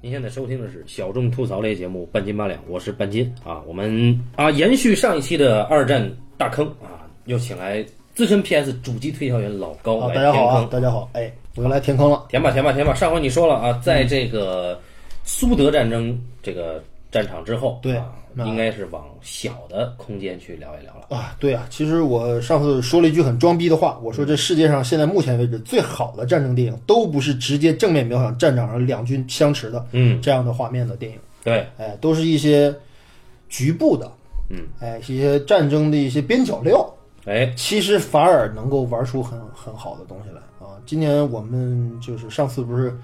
您现在收听的是小众吐槽类节目《半斤八两》，我是半斤啊。我们啊，延续上一期的二战大坑啊，又请来资深 PS 主机推销员老高啊，来大家填好坑啊，。大家好，哎，我又来填坑了。填吧填吧填吧，上回你说了啊，在这个苏德战争这个战场之后，对啊那应该是往小的空间去聊一聊了。啊，对啊，其实我上次说了一句很装逼的话，我说这世界上现在目前为止最好的战争电影，都不是直接正面描写战场上两军相持的嗯，这样的画面的电影，对，哎，都是一些局部的，嗯，哎，一些战争的一些边角料，哎，其实反而能够玩出很很好的东西来啊！今年我们就是上次不是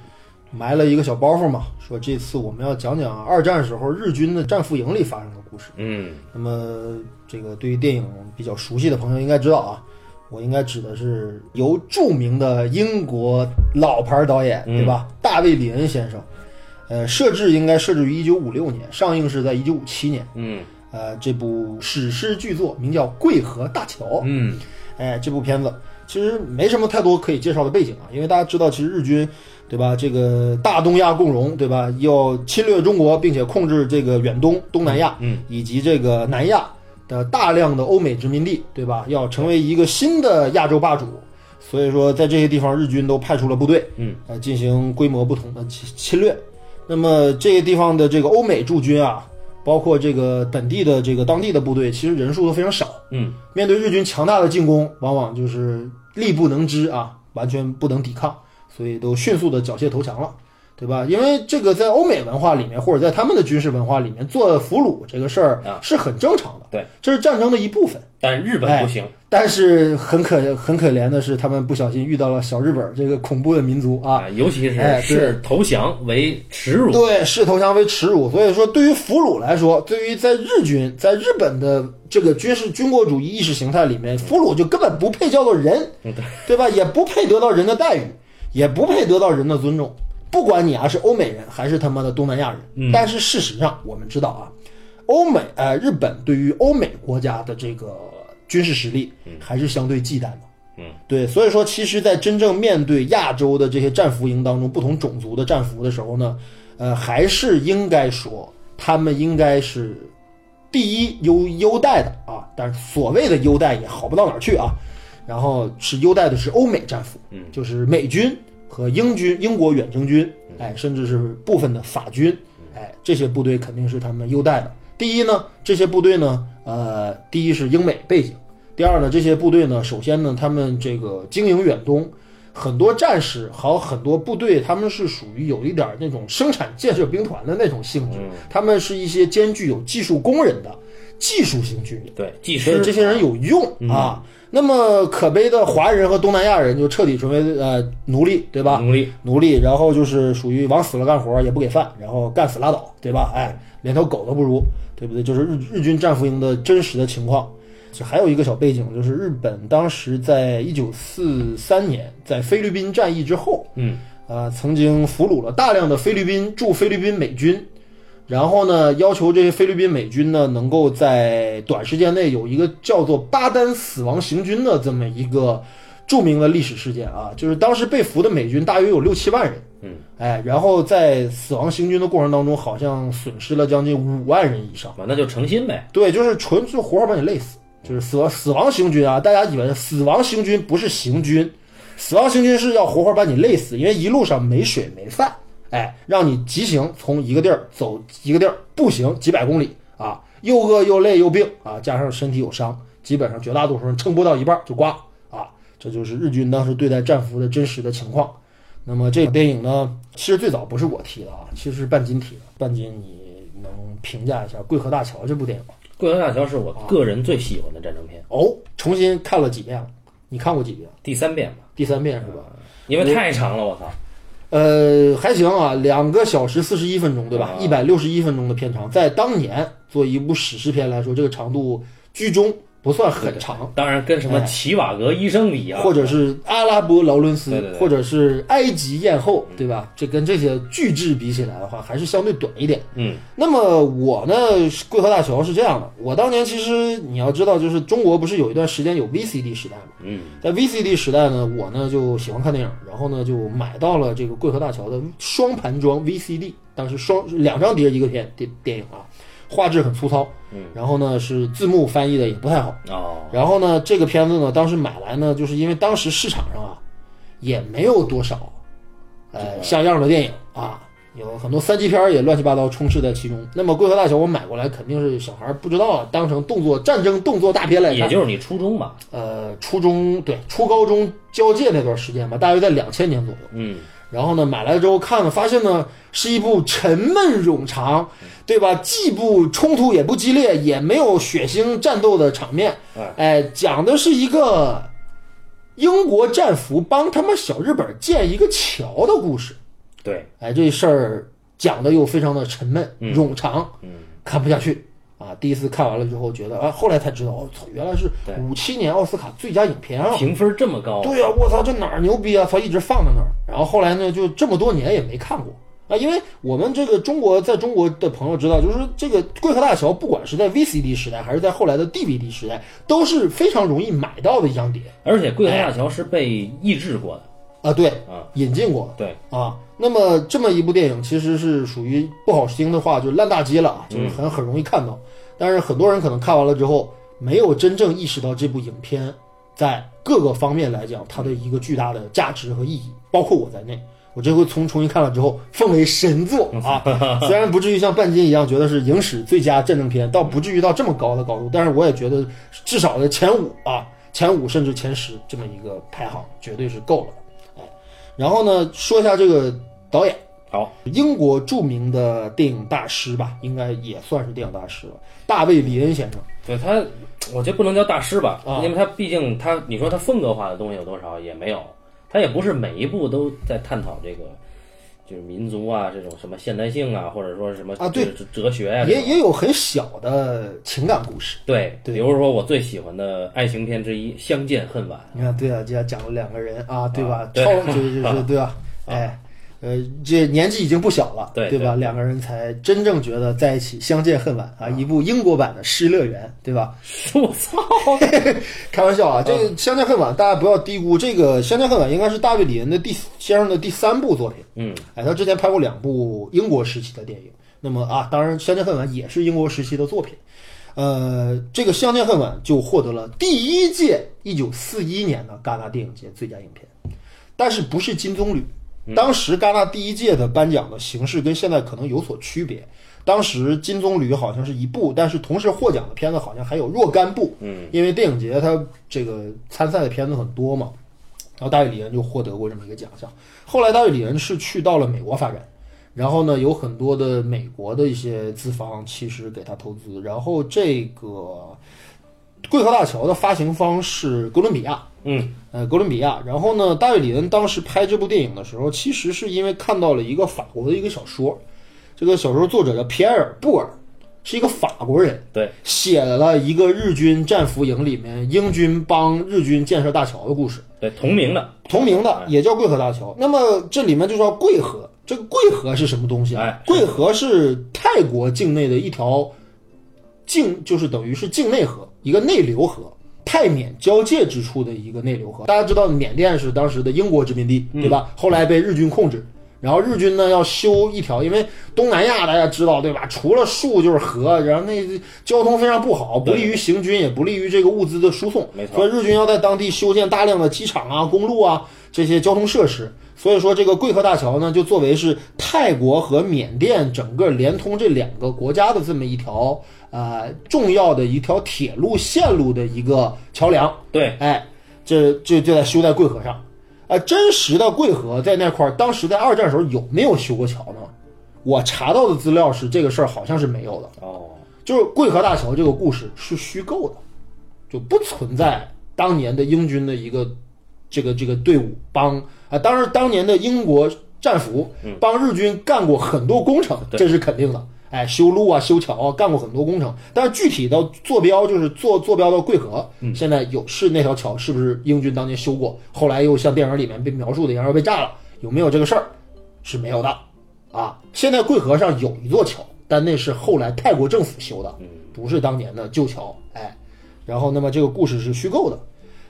埋了一个小包袱嘛，说这次我们要讲讲二战时候日军的战俘营里发生的故事。嗯，那么，这个对于电影比较熟悉的朋友应该知道啊，我应该指的是由著名的英国老牌导演嗯对吧，大卫·里恩先生。呃，设置应该设置于一九五六年，上映是在一九五七年。嗯，呃，这部史诗巨作名叫《桂河大桥》。嗯，哎，这部片子其实没什么太多可以介绍的背景啊，因为大家知道，其实日军，对吧？这个大东亚共荣，对吧？要侵略中国，并且控制这个远东、东南亚，嗯，以及这个南亚的大量的欧美殖民地，对吧？要成为一个新的亚洲霸主。所以说，在这些地方，日军都派出了部队，嗯，呃，进行规模不同的侵侵略。那么这些地方的这个欧美驻军啊，包括这个本地的这个当地的部队，其实人数都非常少。嗯，面对日军强大的进攻，往往就是力不能支啊，完全不能抵抗，所以都迅速的缴械投降了，对吧？因为这个在欧美文化里面，或者在他们的军事文化里面，做俘虏这个事儿啊是很正常的，对，这是战争的一部分。哎但日本不行，但是很可很可怜的是，他们不小心遇到了小日本这个恐怖的民族啊，啊，尤其是哎对视投降为耻辱。对，视投降为耻辱。所以说，对于俘虏来说，对于在日军在日本的这个军事军国主义意识形态里面，俘虏就根本不配叫做人，嗯对对吧？也不配得到人的待遇，也不配得到人的尊重。不管你啊是欧美人还是他妈的东南亚人，嗯但是事实上我们知道啊，欧美呃日本对于欧美国家的这个军事实力嗯还是相对忌惮的。对，所以说，其实，在真正面对亚洲的这些战俘营当中，不同种族的战俘的时候呢，呃，还是应该说，他们应该是第一优优待的啊。但是所谓的优待也好不到哪儿去啊。然后是优待的是欧美战俘，嗯就是美军和英军、英国远征军，哎，甚至是部分的法军，哎，这些部队肯定是他们优待的。第一呢，这些部队呢，呃，第一是英美背景。第二呢，这些部队呢，首先呢，他们这个经营远东，很多战士还有很多部队，他们是属于有一点儿那种生产建设兵团的那种性质，他们是一些兼具有技术工人的技术型军人。对，技所以师这些人有用啊。那么可悲的华人和东南亚人就彻底成为呃奴隶，对吧？努力，奴隶，然后就是属于往死了干活，也不给饭，然后干死拉倒，对吧？哎，连条狗都不如，对不对？就是日日军战俘营的真实的情况。这还有一个小背景，就是日本当时在一九四三年在菲律宾战役之后，嗯，呃，曾经俘虏了大量的菲律宾驻菲律宾美军，然后呢，要求这些菲律宾美军呢能够在短时间内有一个叫做巴丹死亡行军的这么一个著名的历史事件啊，就是当时被俘的美军大约有六七万人，嗯，哎，然后在死亡行军的过程当中，好像损失了将近五万人以上。啊那就诚心呗。对，就是纯就活活把你累死，就是死亡死亡行军啊！大家以为死亡行军不是行军，死亡行军是要活活把你累死，因为一路上没水没饭，哎，让你急行从一个地儿走一个地儿，步行几百公里啊，又饿又累又病啊，加上身体有伤，基本上绝大多数人撑不到一半就挂啊！这就是日军当时对待战俘的真实的情况。那么这个电影呢，其实最早不是我提的啊，其实是半斤提的。半斤，你能评价一下《桂河大桥》这部电影吗？ 《桂河大桥》是我啊个人最喜欢的战争片，哦，重新看了几遍了？你看过几遍？第三遍吧，第三遍是吧？因为太长了，我操。呃，还行啊，两个小时四十一分钟，对吧啊？一百六十一分钟的片长，在当年做一部史诗片来说，这个长度居中，不算很长，当然跟什么齐瓦格医生比啊，哎或者是阿拉伯劳伦斯，对对对或者是埃及艳后，对吧？这跟这些巨制比起来的话，还是相对短一点。嗯，那么我呢，是桂河大桥是这样的，我当年其实你要知道，就是中国不是有一段时间有 VCD 时代嘛，嗯，在 VCD 时代呢，我呢就喜欢看电影，然后呢就买到了这个桂河大桥的双盘装 VCD，当时双两张碟一个片电电影啊，画质很粗糙，嗯，然后呢是字幕翻译的也不太好。哦，然后呢，这个片子呢，当时买来呢，就是因为当时市场上啊，也没有多少，呃，像样的电影啊，有很多三级片儿也乱七八糟充斥在其中。那么《桂河大桥》我买过来，肯定是小孩儿不知道啊，当成动作战争动作大片来也看。就是你初中吧，呃，初中对初高中交界那段时间吧，大约在两千年左右。嗯，然后呢，买来之后看了，发现呢是一部沉闷冗长，对吧？既不冲突，也不激烈，也没有血腥战斗的场面哎。哎，讲的是一个英国战俘帮他们小日本建一个桥的故事。对，哎，这事儿讲的又非常的沉闷、嗯冗长，看不下去啊！第一次看完了之后，觉得啊，后来才知道，哦，操，原来是对五七年奥斯卡最佳影片啊！评分这么高，对呀、啊我操，这哪儿牛逼啊？他一直放在那儿，然后后来呢，就这么多年也没看过啊，因为我们这个中国在中国的朋友知道，就是这个桂河大桥，不管是在 VCD 时代还是在后来的 DVD 时代，都是非常容易买到的一张碟而且桂河大桥是被抑制过的，啊，对啊，引进过对，啊。那么这么一部电影，其实是属于不好听的话，就烂大街了啊，就是很很容易看到。但是很多人可能看完了之后，没有真正意识到这部影片在各个方面来讲它的一个巨大的价值和意义，包括我在内。我这回从重新看了之后，奉为神作啊！虽然不至于像半斤一样觉得是影史最佳战争片，倒不至于到这么高的高度，但是我也觉得至少在前五啊，前五甚至前十这么一个排行绝对是够了。然后呢，说一下这个导演，好，英国著名的电影大师吧，应该也算是电影大师了，大卫·李恩先生。对他，我觉得不能叫大师吧，啊因为他毕竟他，你说他风格化的东西有多少也没有，他也不是每一部都在探讨这个。就是民族啊，这种什么现代性啊，或者说什么啊对哲哲学呀、啊，也也有很小的情感故事。对，对比如说我最喜欢的爱情片之一《相见恨晚 你看，对啊，这样讲了两个人啊，对吧？对超就是就是对吧？哎，呃，这年纪已经不小了，对吧？两个人才真正觉得在一起相见恨晚啊！一部英国版的《失乐园》，对吧？》，我操！ 开玩笑啊，这个《相见恨晚》，大家不要低估这个《相见恨晚》，应该是大卫·李恩的第先生的第三部作品。嗯，哎，他之前拍过两部英国时期的电影。那么啊，当然，《相见恨晚》也是英国时期的作品。呃，这个《相见恨晚》就获得了第一届一九四一年的戛纳电影节最佳影片，但是不是金棕榈。当时戛纳第一届的颁奖的形式跟现在可能有所区别。当时金棕榈好像是一部，但是同时获奖的片子好像还有若干部。嗯，因为电影节它这个参赛的片子很多嘛，然后大卫·李恩就获得过这么一个奖项。后来大卫·李恩是去到了美国发展，然后呢，有很多的美国的一些资方其实给他投资，然后这个桂河大桥的发行方是哥伦比亚，嗯，呃，哥伦比亚。然后呢，大卫·李恩当时拍这部电影的时候，其实是因为看到了一个法国的一个小说，这个小说作者叫皮埃尔·布尔，是一个法国人，对，写了一个日军战俘营里面英军帮日军建设大桥的故事。对，同名的，同名的也叫桂河大桥。那么这里面就叫桂河，这个桂河是什么东西啊哎？桂河是泰国境内的一条境，就是等于是境内河，一个内流河。泰缅交界之处的一个内流河，大家知道缅甸是当时的英国殖民地，对嗯吧？后来被日军控制，然后日军呢要修一条，因为东南亚大家知道对吧？除了树就是河，然后那交通非常不好，不利于行军，也不利于这个物资的输送。没错所以日军要在当地修建大量的机场啊、公路啊这些交通设施。所以说，这个桂河大桥呢，就作为是泰国和缅甸整个连通这两个国家的这么一条呃重要的一条铁路线路的一个桥梁。对，哎，这这就在修在桂河上。啊，真实的桂河在那块儿，当时在二战时候有没有修过桥呢？我查到的资料是这个事儿好像是没有的。哦，就是桂河大桥这个故事是虚构的，就不存在当年的英军的一个这个这个队伍帮啊，当然当年的英国战俘帮日军干过很多工程，这是肯定的。哎，修路啊、修桥啊，干过很多工程。但是具体到坐标，就是坐坐标到桂河，现在有是那条桥是不是英军当年修过？后来又像电影里面被描述的一样又被炸了，有没有这个事儿？是没有的，啊，现在桂河上有一座桥，但那是后来泰国政府修的，不是当年的旧桥。哎，然后那么这个故事是虚构的，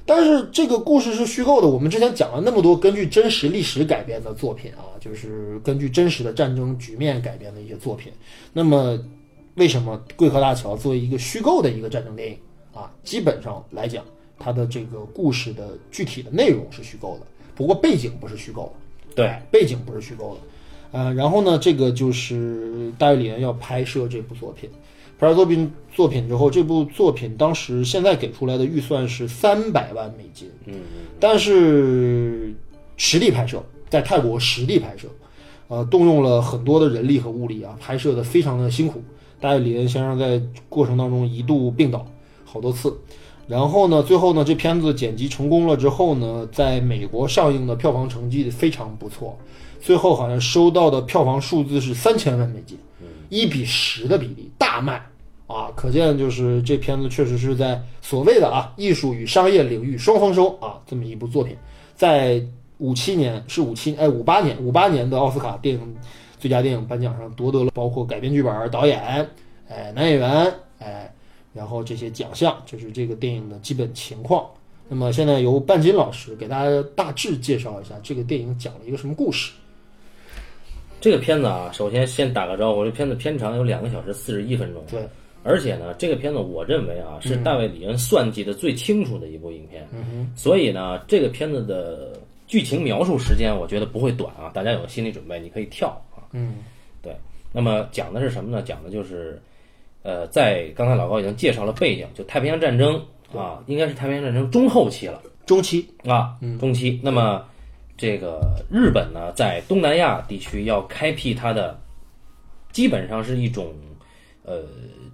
但是这个故事是虚构的。我们之前讲了那么多根据真实历史改编的作品啊，就是根据真实的战争局面改编的一些作品。那么，为什么桂河大桥作为一个虚构的一个战争电影啊，基本上来讲，它的这个故事的具体的内容是虚构的，不过背景不是虚构的。对，哎背景不是虚构的。呃，然后呢，这个就是大卫·里恩要拍摄这部作品，拍摄作品作品之后，这部作品当时现在给出来的预算是三百万美金，嗯，但是实地拍摄，在泰国实地拍摄，呃，动用了很多的人力和物力啊，拍摄的非常的辛苦。大卫·里恩先生在过程当中一度病倒好多次，然后呢，最后呢，这片子剪辑成功了之后呢，在美国上映的票房成绩非常不错，最后好像收到的票房数字是三千万美金，一比十的比例大卖啊！可见就是这片子确实是在所谓的啊艺术与商业领域双丰收啊这么一部作品，在五七年是五七哎五八年五八年的奥斯卡电影最佳电影颁奖上夺得了包括改编剧本、导演、哎男演员、哎然后这些奖项，这是这个电影的基本情况。那么现在由半斤老师给大家大致介绍一下这个电影讲了一个什么故事。这个片子啊，首先先打个招呼，这片子片长有两个小时四十一分钟，对，嗯而且呢，这个片子我认为啊，是大卫·里恩算计的最清楚的一部影片，所以呢，这个片子的剧情描述时间我觉得不会短啊，大家有心理准备，你可以跳啊。嗯对，那么讲的是什么呢？讲的就是，呃，在刚才老高已经介绍了背景，就太平洋战争啊，应该是太平洋战争中后期了。中期啊，中期。那么这个日本呢，在东南亚地区要开辟它的，基本上是一种呃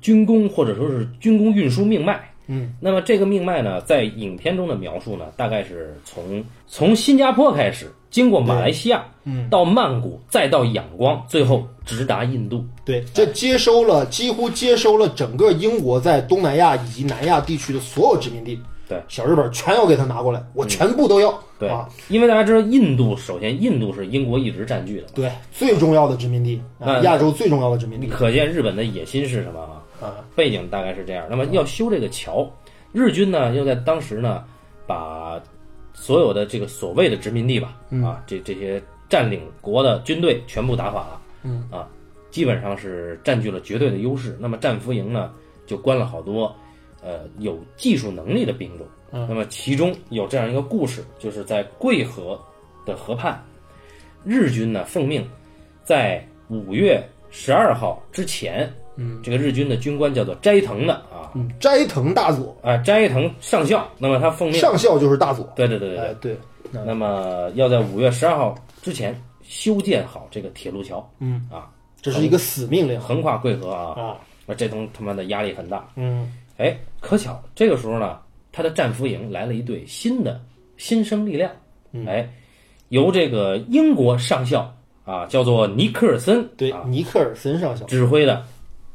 军工或者说是军工运输命脉。嗯，那么这个命脉呢，在影片中的描述呢，大概是从从新加坡开始，经过马来西亚，嗯，到曼谷，再到仰光，最后直达印度。对，这接收了几乎接收了整个英国在东南亚以及南亚地区的所有殖民地，对，嗯小日本全要给他拿过来，我全部都要。对，啊，因为大家知道，印度首先印度是英国一直占据的嘛，对，最重要的殖民地，啊嗯亚洲最重要的殖民地可见日本的野心是什么啊？啊，背景大概是这样。那么要修这个桥，日军呢又在当时呢把所有的这个所谓的殖民地吧，啊，这这些占领国的军队全部打垮了，嗯啊，基本上是占据了绝对的优势。那么战俘营呢就关了好多呃有技术能力的兵种。那么其中有这样一个故事，就是在桂河的河畔，日军呢奉命在五月十二号之前，嗯，这个日军的军官叫做斋藤的啊嗯，斋藤大佐啊斋藤上校，那么他奉命，上校就是大佐，对对嗯对对哎对，对，那么要在五月十二号之前修建好这个铁路桥，嗯啊，这是一个死命令横跨桂河啊，啊，那斋藤他妈的压力很大，嗯哎，可巧这个时候呢，他的战俘营来了一队新的新生力量，嗯哎，由这个英国上校啊，叫做尼克尔森，对啊，，尼克尔森上校。指挥的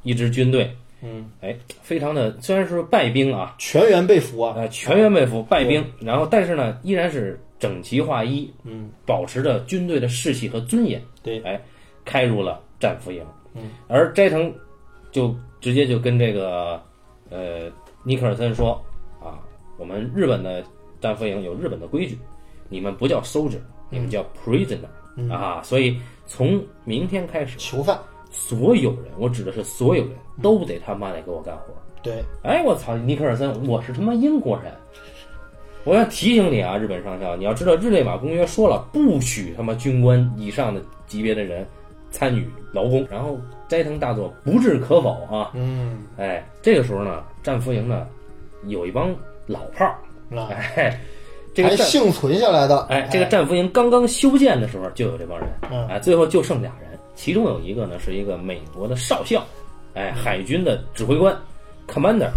一支军队，嗯，哎，非常的虽然说是败兵啊，全员被俘啊！呃，全员被俘，败兵，然后但是呢，依然是整齐划一，嗯，保持着军队的士气和尊严，对，哎，开入了战俘营，嗯，而斋藤就直接就跟这个呃尼克尔森说啊，我们日本的战俘营有日本的规矩，你们不叫 soldier，你们叫 prisoner、啊，所以从明天开始，囚犯，所有人，我指的是所有人都得他妈得给我干活。对，哎，我操，尼克尔森，我是他妈英国人。我要提醒你啊，日本上校，你要知道《日内瓦公约》说了，不许他妈军官以上的级别的人参与劳工。然后斋藤大佐不置可否啊。嗯，哎，这个时候呢，战俘营呢有一帮老炮儿，那哎，这个还战幸存下来的，哎这个战俘营刚刚修建的时候就有这帮人，嗯哎，最后就剩俩人，其中有一个呢是一个美国的少校，哎，海军的指挥官，commander，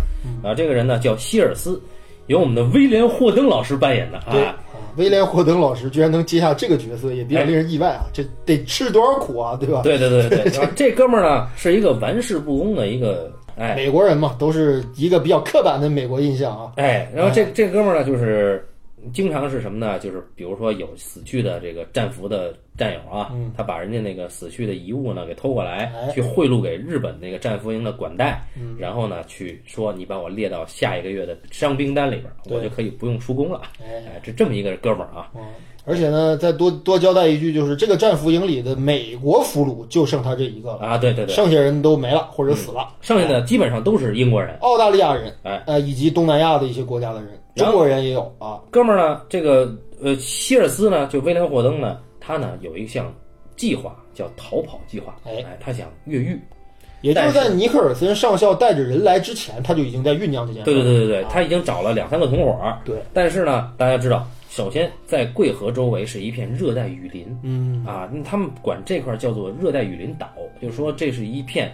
啊，这个人呢叫希尔斯，由我们的威廉·霍登老师扮演的对啊。威廉·霍登老师居然能接下这个角色，也比较哎令人意外啊！这得吃多少苦啊，对吧？对对对对，对这哥们儿呢是一个玩世不恭的一个哎美国人嘛，都是一个比较刻板的美国印象啊。哎，然后这这哥们儿呢就是经常是什么呢？就是比如说有死去的这个战俘的战友啊，他把人家那个死去的遗物呢给偷过来嗯哎，嗯去贿赂给日本那个战俘营的管带，然后呢去说你把我列到下一个月的伤兵单里边儿，我就可以不用出工了。哎，哎，这这么一个哥们儿啊，嗯，而且呢，再多多交代一句，就是这个战俘营里的美国俘虏就剩他这一个了，啊，对对嗯对，剩下人都没了或者死了。剩下的基本上都是英国人。澳大利亚人，哎，呃，以及东南亚的一些国家的人，然中后国人也有啊。哥们儿呢，这个呃，希尔斯呢，就威廉霍登呢，他呢有一项计划叫逃跑计划，哎哎，他想越狱。也就是但在尼克尔森上校带着人来之前，他就已经在酝酿这件事。对对对对对，他已经找了两三个同伙儿。对，但是呢，大家知道，首先在桂河周围是一片热带雨林，嗯啊，那他们管这块儿叫做热带雨林岛，就是说这是一片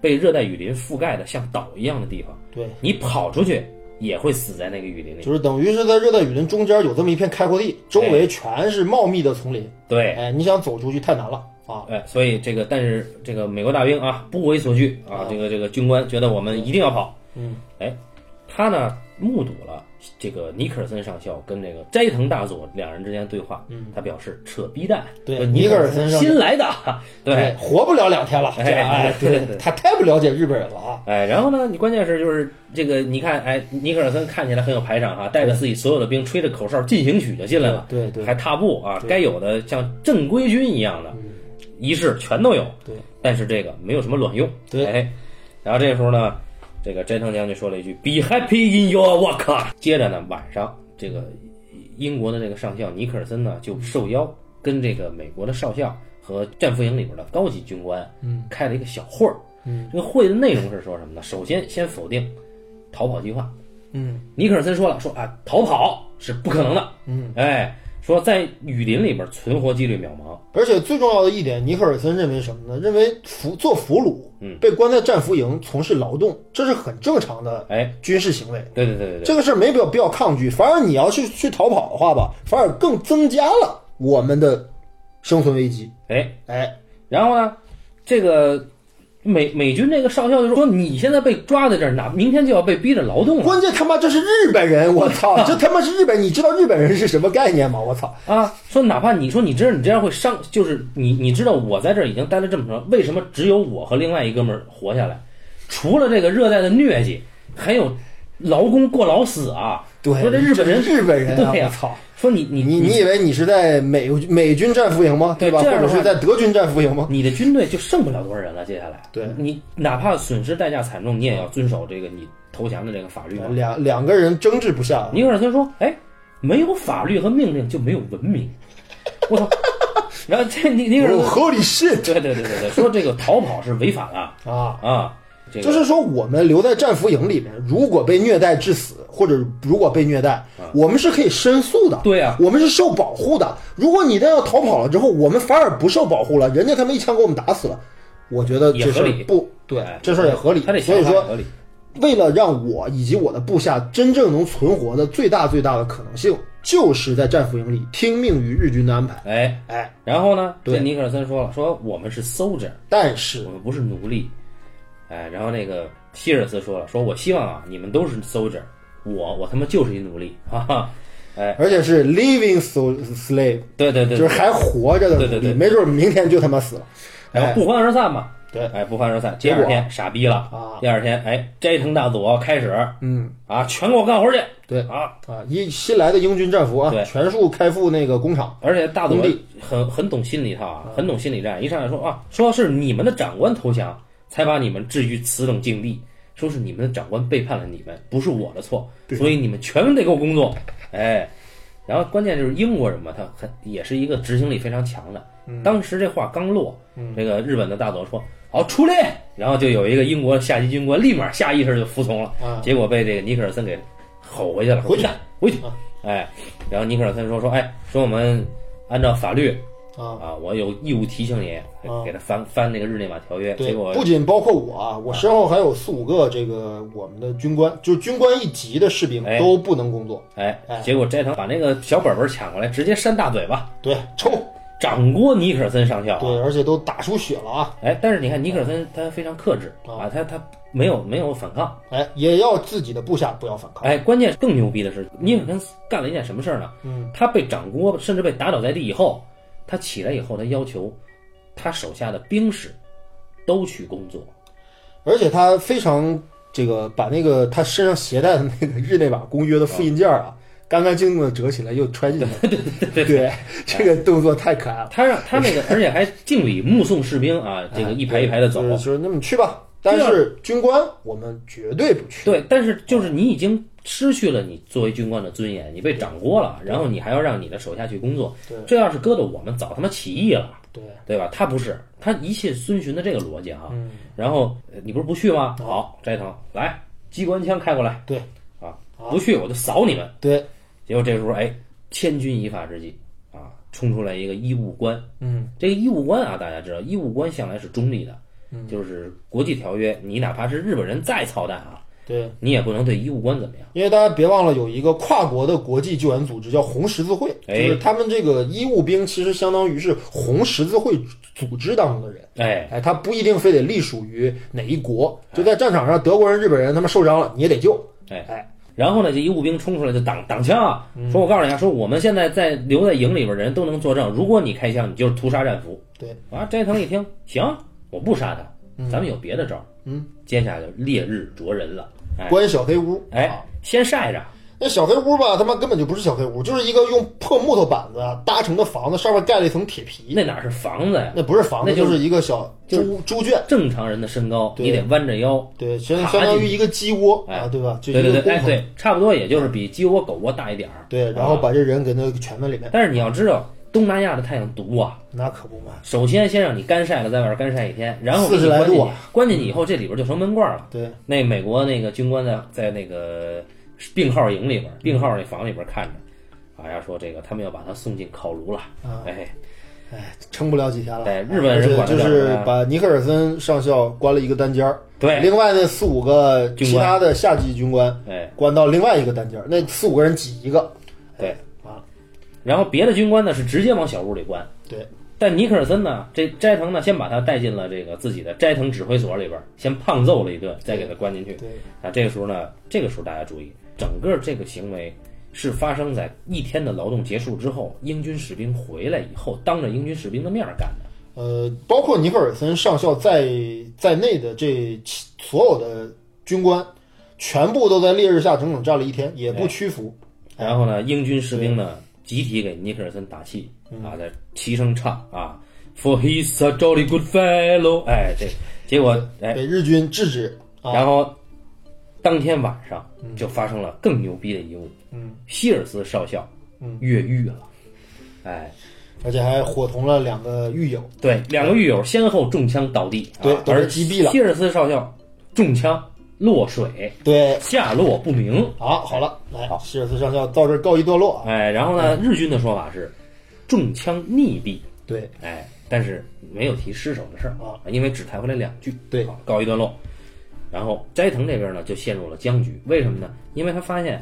被热带雨林覆盖的像岛一样的地方，对，你跑出去也会死在那个雨林里。就是等于是在热带雨林中间有这么一片开阔地，哎周围全是茂密的丛林。对，哎，你想走出去太难了啊！哎，所以这个，但是这个美国大兵啊，不为所惧啊，这个这个军官觉得我们一定要跑。嗯，哎，他呢目睹了这个尼克尔森上校跟这个斋藤大佐两人之间对话，嗯，他表示扯逼蛋，对说尼尼克克尔尔森森上校新来的，啊对，活不了两天了。这样哎哎，对，他太不了解日本人了啊！哎，然后呢，你关键是就是这个，你看，哎，尼克尔森看起来很有排场哈、带着自己所有的兵，吹着口哨进行曲就进来了，对对还踏步啊，该有的像正规军一样的仪式全都有，嗯对，但是这个没有什么卵用，对哎，然后这时候呢，这个斋藤将军说了一句 “Be happy in your work”，接着呢，晚上这个英国的这个上校尼克尔森呢就受邀跟这个美国的少校和战俘营里边的高级军官，嗯，开了一个小会儿，嗯，这个会的内容是说什么呢？首先先否定逃跑计划，嗯尼克尔森说了，说啊，逃跑是不可能的。嗯，哎，说在雨林里边存活几率渺茫。而且最重要的一点，尼克尔森认为什么呢？认为俘做俘虏，嗯被关在战俘营从事劳动，这是很正常的哎，军事行为。对对对对对，这个事儿没必要必要抗拒，反而你要去去逃跑的话吧，反而更增加了我们的生存危机。哎，哎，然后呢，这个美美军这个少校就说，你现在被抓在这儿，哪明天就要被逼着劳动了关键他妈这是日本人，我 操，这他妈是日本，你知道日本人是什么概念吗？我操，啊！说哪怕你说你知道你这样会伤，就是你你知道我在这儿已经待了这么长，为什么只有我和另外一哥们儿活下来？除了这个热带的疟疾，还有劳工过劳死啊！对，说这日本人这是日本人啊，对呀我操。说你你你你以为你是在美美军战俘营吗？对嗯对吧？这或样者的话是在德军战俘营吗？你的军队就剩不了多少人了。接下来，对你哪怕损失代价惨重，你也要遵守这个你投降的这个法律嘛。两两个人争执不下，尼克尔森说：“哎，没有法律和命令就没有文明。”我操！ 然后这尼尼克尔我森，合理哦 shit 对对对对对，说这个逃跑是违法的啊！啊，这个就是说，我们留在战俘营里面，如果被虐待致死，或者如果被虐待，我们是可以申诉的。啊对啊我们是受保护的。如果你那要逃跑了之后，我们反而不受保护了，人家他们一枪给我们打死了，我觉得也这事合儿理不对哎，这事儿也合理。他这所想以法说，合理。为了让我以及我的部下真正能存活的最大最大的可能性，就是在战俘营里听命于日军的安排。哎，哎，然后呢？对这尼克尔森说了：“说我们是 soldier，但是我们不是奴隶。”哎，然后那个希尔斯说了：“说我希望啊，你们都是 soldier，我我他妈就是一奴隶，哈哈。”哎，而且是 living so- slave，对对对，就对是还活着的奴对对隶，对没准明天就他妈死了。然后哎，不欢而散嘛。对哎，不欢而散。第结果二天傻逼了啊！第二天，哎，斋藤大佐开始嗯，啊，全给我干活去。对啊，啊，一新来的英军战俘啊，对全数开赴那个工厂。而且大佐工地很很懂心理套啊，嗯很懂心理战。一上来说啊，说是你们的长官投降，才把你们置于此等境地。说是你们的长官背叛了你们，不是我的错，所以你们全得给我工作。哎，然后关键就是英国人嘛，他很也是一个执行力非常强的。嗯当时这话刚落，这个日本的大佐说：“好，出列。”然后就有一个英国下级军官 立马下意识就服从了啊，结果被这个尼克尔森给吼回去了，回去啊回去。哎，然后尼克尔森说：“说哎，说我们按照法律啊啊，我有义务提醒你，啊给他翻翻那个日内瓦条约。对结果，不仅包括我啊，我身后还有四五个这个我们的军官，就是军官一级的士兵哎都不能工作。哎哎，结果斋藤把那个小本本抢过来，直接扇大嘴巴，对，抽，掌掴尼克尔森上校啊。对，而且都打出血了啊！哎，但是你看尼克尔森他非常克制啊啊，他他没有没有反抗。哎，也要自己的部下不要反抗。哎，关键更牛逼的是，尼克尔森干了一件什么事儿呢？嗯，他被掌掴，甚至被打倒在地以后，他起来以后，他要求他手下的兵士都去工作。而且他非常这个把那个他身上携带的那个日内瓦公约的复印件儿啊，干干净净的折起来又揣进去。 对对，这个动作太可爱了。他让他那个，而且还敬礼目送士兵啊，这个一排一排的走。就是就是那么去吧。但是军官我们绝对不去。对，但是就是你已经失去了你作为军官的尊严，你被掌掴了，然后你还要让你的手下去工作对，这要是搁到我们，早他妈起义了，对，对吧？他不是，他一切遵循的这个逻辑啊。嗯然后呃你不是不去吗？好，斋藤来，机关枪开过来，对啊，不去我就扫你们。对，结果这时候，哎，千钧一发之际啊，冲出来一个医务官。嗯，这个医务官啊，大家知道，医务官向来是中立的，嗯就是国际条约，你哪怕是日本人再操蛋啊，对，你也不能对医务官怎么样。因为大家别忘了有一个跨国的国际救援组织叫红十字会，就哎是他们这个医务兵其实相当于是红十字会组织当中的人。哎，哎，他不一定非得隶属于哪一国，就在战场上，德国人、日本人他们受伤了，你也得救。哎哎，嗯然后呢，这医务兵冲出来就挡挡枪啊，说我告诉你啊，说我们现在在留在营里边的人都能作证，如果你开枪，你就是屠杀战俘。对，啊，斋藤一听，行，我不杀他，咱们有别的招。嗯，接下来就烈日灼人了。哎关小黑屋，哎，先晒着，那小黑屋吧，他妈根本就不是小黑屋，就是一个用破木头板子啊搭成的房子，上面盖了一层铁皮，那哪是房子呀？那不是房子，那就就是一个小猪猪圈。正常人的身高，对你得弯着腰。对，相爬相当于进一个鸡窝哎啊，对吧？就对一对对，个工哎棚，对，啊差不多也就是比鸡窝狗窝大一点儿。对，然后把这人给他圈在里面，但是你要知道，东南亚的太阳毒啊，那可不嘛。首先先让你干晒了，在外边干晒一天，然后40给你关来度进去啊，关进去以后，这里边就成闷罐了。对，那美国那个军官在在那个病号营里边，嗯病号那房里边看着，好像说这个他们要把他送进烤炉了。啊哎，哎，撑不了几天了。哎日本人而且管得就了是吗把尼克尔森上校关了一个单间儿，对另外那四五个军其官他的下级军官哎，关到另外一个单间儿，那四五个人挤一个。对啊，然后别的军官呢是直接往小屋里关，对，但尼克尔森呢，这斋藤呢先把他带进了这个自己的斋藤指挥所里边，先胖揍了一顿，再给他关进去。对，啊，这个时候呢，这个时候大家注意，整个这个行为是发生在一天的劳动结束之后，英军士兵回来以后，当着英军士兵的面儿干的。呃，包括尼克尔森上校在在内的这其所有的军官，全部都在烈日下整整站了一天，也哎不屈服。然后呢，英军士兵呢集体给尼克尔森打气嗯啊，在齐声唱啊，For he's a jolly good fellow。哎，这结果哎，被日军制止啊，然后当天晚上就发生了更牛逼的一幕，嗯，希尔斯少校嗯越狱了。哎，而且还伙同了两个狱友。对，两个狱友先后中枪倒地，啊嗯对都被而击毙了希尔斯少校中枪落水，对，下落不明。好，好了，来哎好，希尔斯上校到这儿告一段落啊。哎，然后呢，日军的说法是中枪溺毙，对，哎，但是没有提失手的事儿啊，因为只抬回来两句，对好，告一段落。然后斋藤这边呢就陷入了僵局，为什么呢？因为他发现，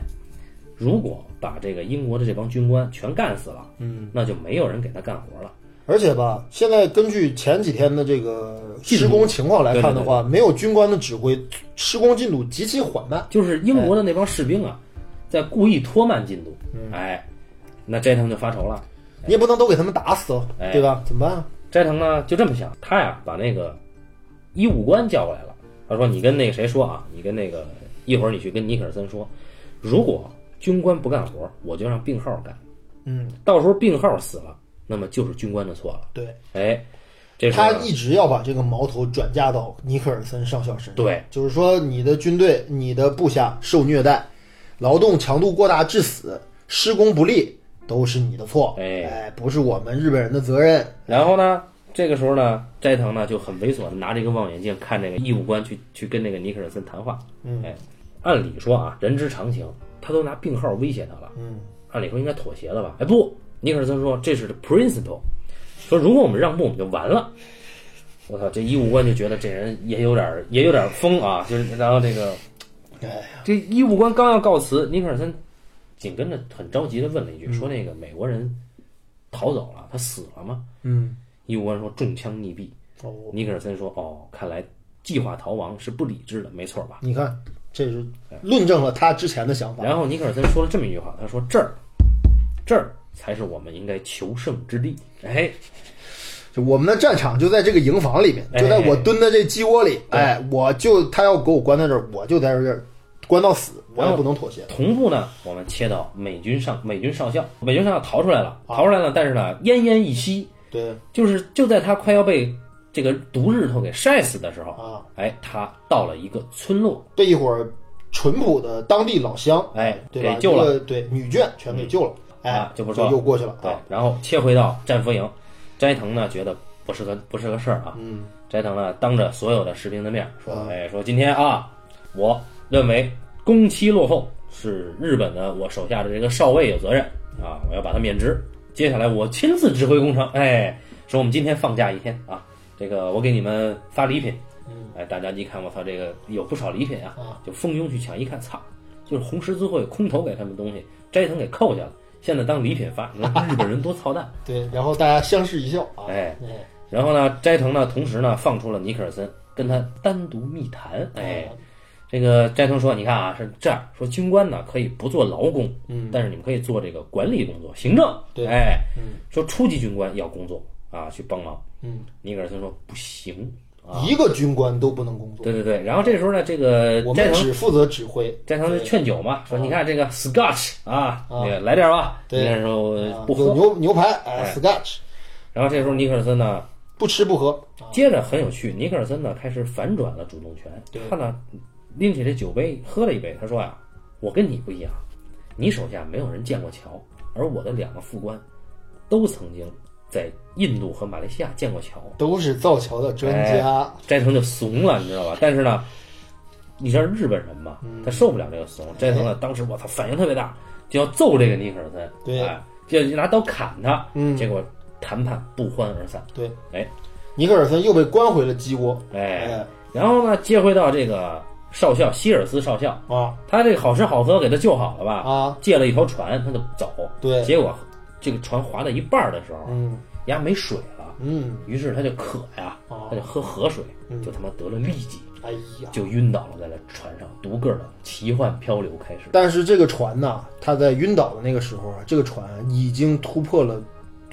如果把这个英国的这帮军官全干死了，嗯，那就没有人给他干活了。而且吧，现在根据前几天的这个施工情况来看的话，没有军官的指挥，施工进度极其缓慢。就是英国的那帮士兵啊，在故意拖慢进度，哎，那斋藤就发愁了。你也不能都给他们打死哦，哎对吧？怎么办啊？斋藤呢就这么想，他呀把那个医务官叫过来了，他说：“你跟那个谁说啊？你跟那个一会儿你去跟尼克尔森说，如果军官不干活，我就让病号干。嗯，到时候病号死了，那么就是军官的错了。对，”哎，这时候他呢一直要把这个矛头转嫁到尼克尔森上校身上。对，就是说你的军队、你的部下受虐待，劳动强度过大致死，施工不力，都是你的错。哎哎，不是我们日本人的责任。然后呢，这个时候呢，斋藤呢就很猥琐的拿着一个望远镜看那个义务官去去跟那个尼克尔森谈话。嗯，哎，按理说啊，人之常情，他都拿病号威胁他了，嗯，按理说应该妥协了吧？哎，不，尼克尔森说这是 the principle，说如果我们让步，我们就完了。我操，这医务官就觉得这人也有点儿也有点儿疯啊，就是然后这个哎，这医务官刚要告辞，尼克尔森紧跟着很着急的问了一嗯句，说那个美国人逃走了，他死了吗？嗯，医务官说中枪溺毙。哦，尼克尔森说哦，看来计划逃亡是不理智的，没错吧？你看，这是论证了他之前的想法。然后尼克尔森说了这么一句话，他说这儿，这儿才是我们应该求胜之地。哎，就我们的战场就在这个营房里面，哎就在我蹲的这鸡窝里，哎，我就他要给我关在这儿，我就在这儿关到死，我哦也不能妥协。同步呢，我们切到美军上美军上校，美军上校逃出来了，啊逃出来了，但是呢，奄奄一息，对就是就在他快要被这个毒日头给晒死的时候，啊，哎，他到了一个村落，被一伙淳朴的当地老乡，哎，啊对吧？给救一了，个，对女眷全给救了，嗯哎啊，就不错又过去了。对啊，然后切回到战俘营，斋藤呢觉得不是个不是个事儿啊，嗯，斋藤呢当着所有的士兵的面儿说嗯，哎，说今天啊，我认为攻期落后是日本的我手下的这个少尉有责任啊，我要把他免职。接下来我亲自指挥工程，哎，说我们今天放假一天啊，这个我给你们发礼品，哎，大家一看我操，这个有不少礼品啊嗯啊，就蜂拥去抢，一看，操，就是红十字会空投给他们东西，斋藤给扣下了，现在当礼品发，你看日本人多操 蛋。对，然后大家相视一笑啊，哎，然后呢，斋藤呢，同时呢，放出了尼克尔森，跟他单独密谈。哦哎，这个斋藤说：“你看啊，是这样说，军官呢可以不做劳工，嗯，但是你们可以做这个管理工作、行政。对哎，嗯，说初级军官要工作啊，去帮忙。嗯，尼克尔森说不行啊，一个军官都不能工作，对对对。然后这时候呢，这个我斋们藤只负责指挥。斋藤就劝酒嘛，说你看这个 Scotch 啊，那个来点儿吧。啊对尼克尔说啊呃不喝。有牛牛排，哎，scotch，然后这时候尼克尔森呢，不吃不喝，接着很有趣，尼克尔森呢开始反转了主动权对。他呢拎起这酒杯喝了一杯，他说啊，我跟你不一样，你手下没有人建过桥，而我的两个副官都曾经在印度和马来西亚建过桥。都是造桥的专家。斋藤就怂了，你知道吧？但是呢，你知道日本人嘛，嗯他受不了这个怂。斋藤呢，当时我操，反应特别大，就要揍这个尼克尔森，对哎就拿刀砍他。嗯结果谈判不欢而散。对，哎，尼克尔森又被关回了鸡窝。哎哎，然后呢，接回到这个少校希尔斯少校，啊他这个好吃好喝给他救好了吧？啊，借了一条船，他就走。对结果这个船划到一半儿的时候，嗯呀没水了，嗯，于是他就渴呀，哦嗯他就喝河水，就他妈得了痢疾，哎呀，就晕倒了，在那船上独个儿的奇幻漂流开始。但是这个船呐，它在晕倒的那个时候啊，这个船已经突破了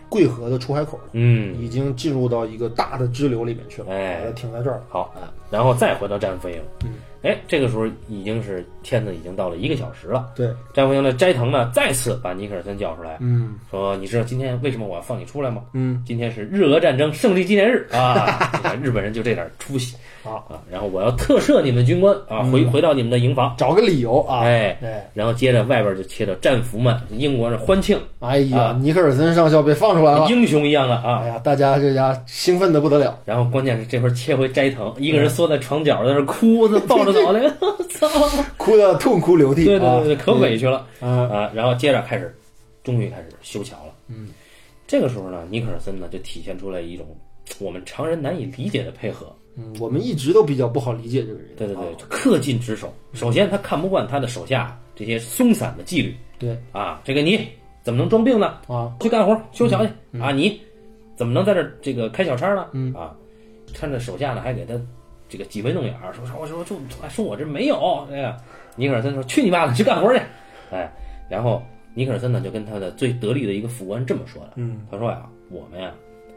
贵河的出海口了，嗯，已经进入到一个大的支流里面去了，哎它停在这儿了。好，啊然后再回到战俘营嗯。哎，这个时候已经是天子已经到了一个小时了。对，战俘营的斋藤呢，再次把尼克尔森叫出来，嗯说：“你知道今天为什么我要放你出来吗？嗯今天是日俄战争胜利纪念日啊！你看日本人就这点出息啊，啊！然后我要特赦你们军官啊，回回到你们的营房。找个理由啊，哎，哎然后接着外边就切到战俘们，英国人欢庆，哎呀，啊尼克尔森上校被放出来了，英雄一样的啊！哎呀，大家这家兴奋的不得了。然后关键是这会儿切回斋藤，一个人缩在床角在那哭，他抱着脑 袋，我操！哭得痛哭流涕，对对啊对对，可委屈了。啊，啊，然后接着开始，终于开始修桥了。嗯，这个时候呢，尼克尔森呢就体现出来一种我们常人难以理解的配合。嗯，我们一直都比较不好理解这个人，对对对，啊就恪尽职守。首先，他看不惯他的手下这些松散的纪律对啊，这个你怎么能装病呢？啊，去干活修桥去、嗯啊！你怎么能在这儿这个开小差呢？啊，看着手下呢还给他这个挤眉弄眼儿，说说我说就说我这没有哎呀，尼克尔森说去你妈的，去干活去！哎，然后尼克尔森呢就跟他的最得力的一个副官这么说的，嗯，他说呀，我们呀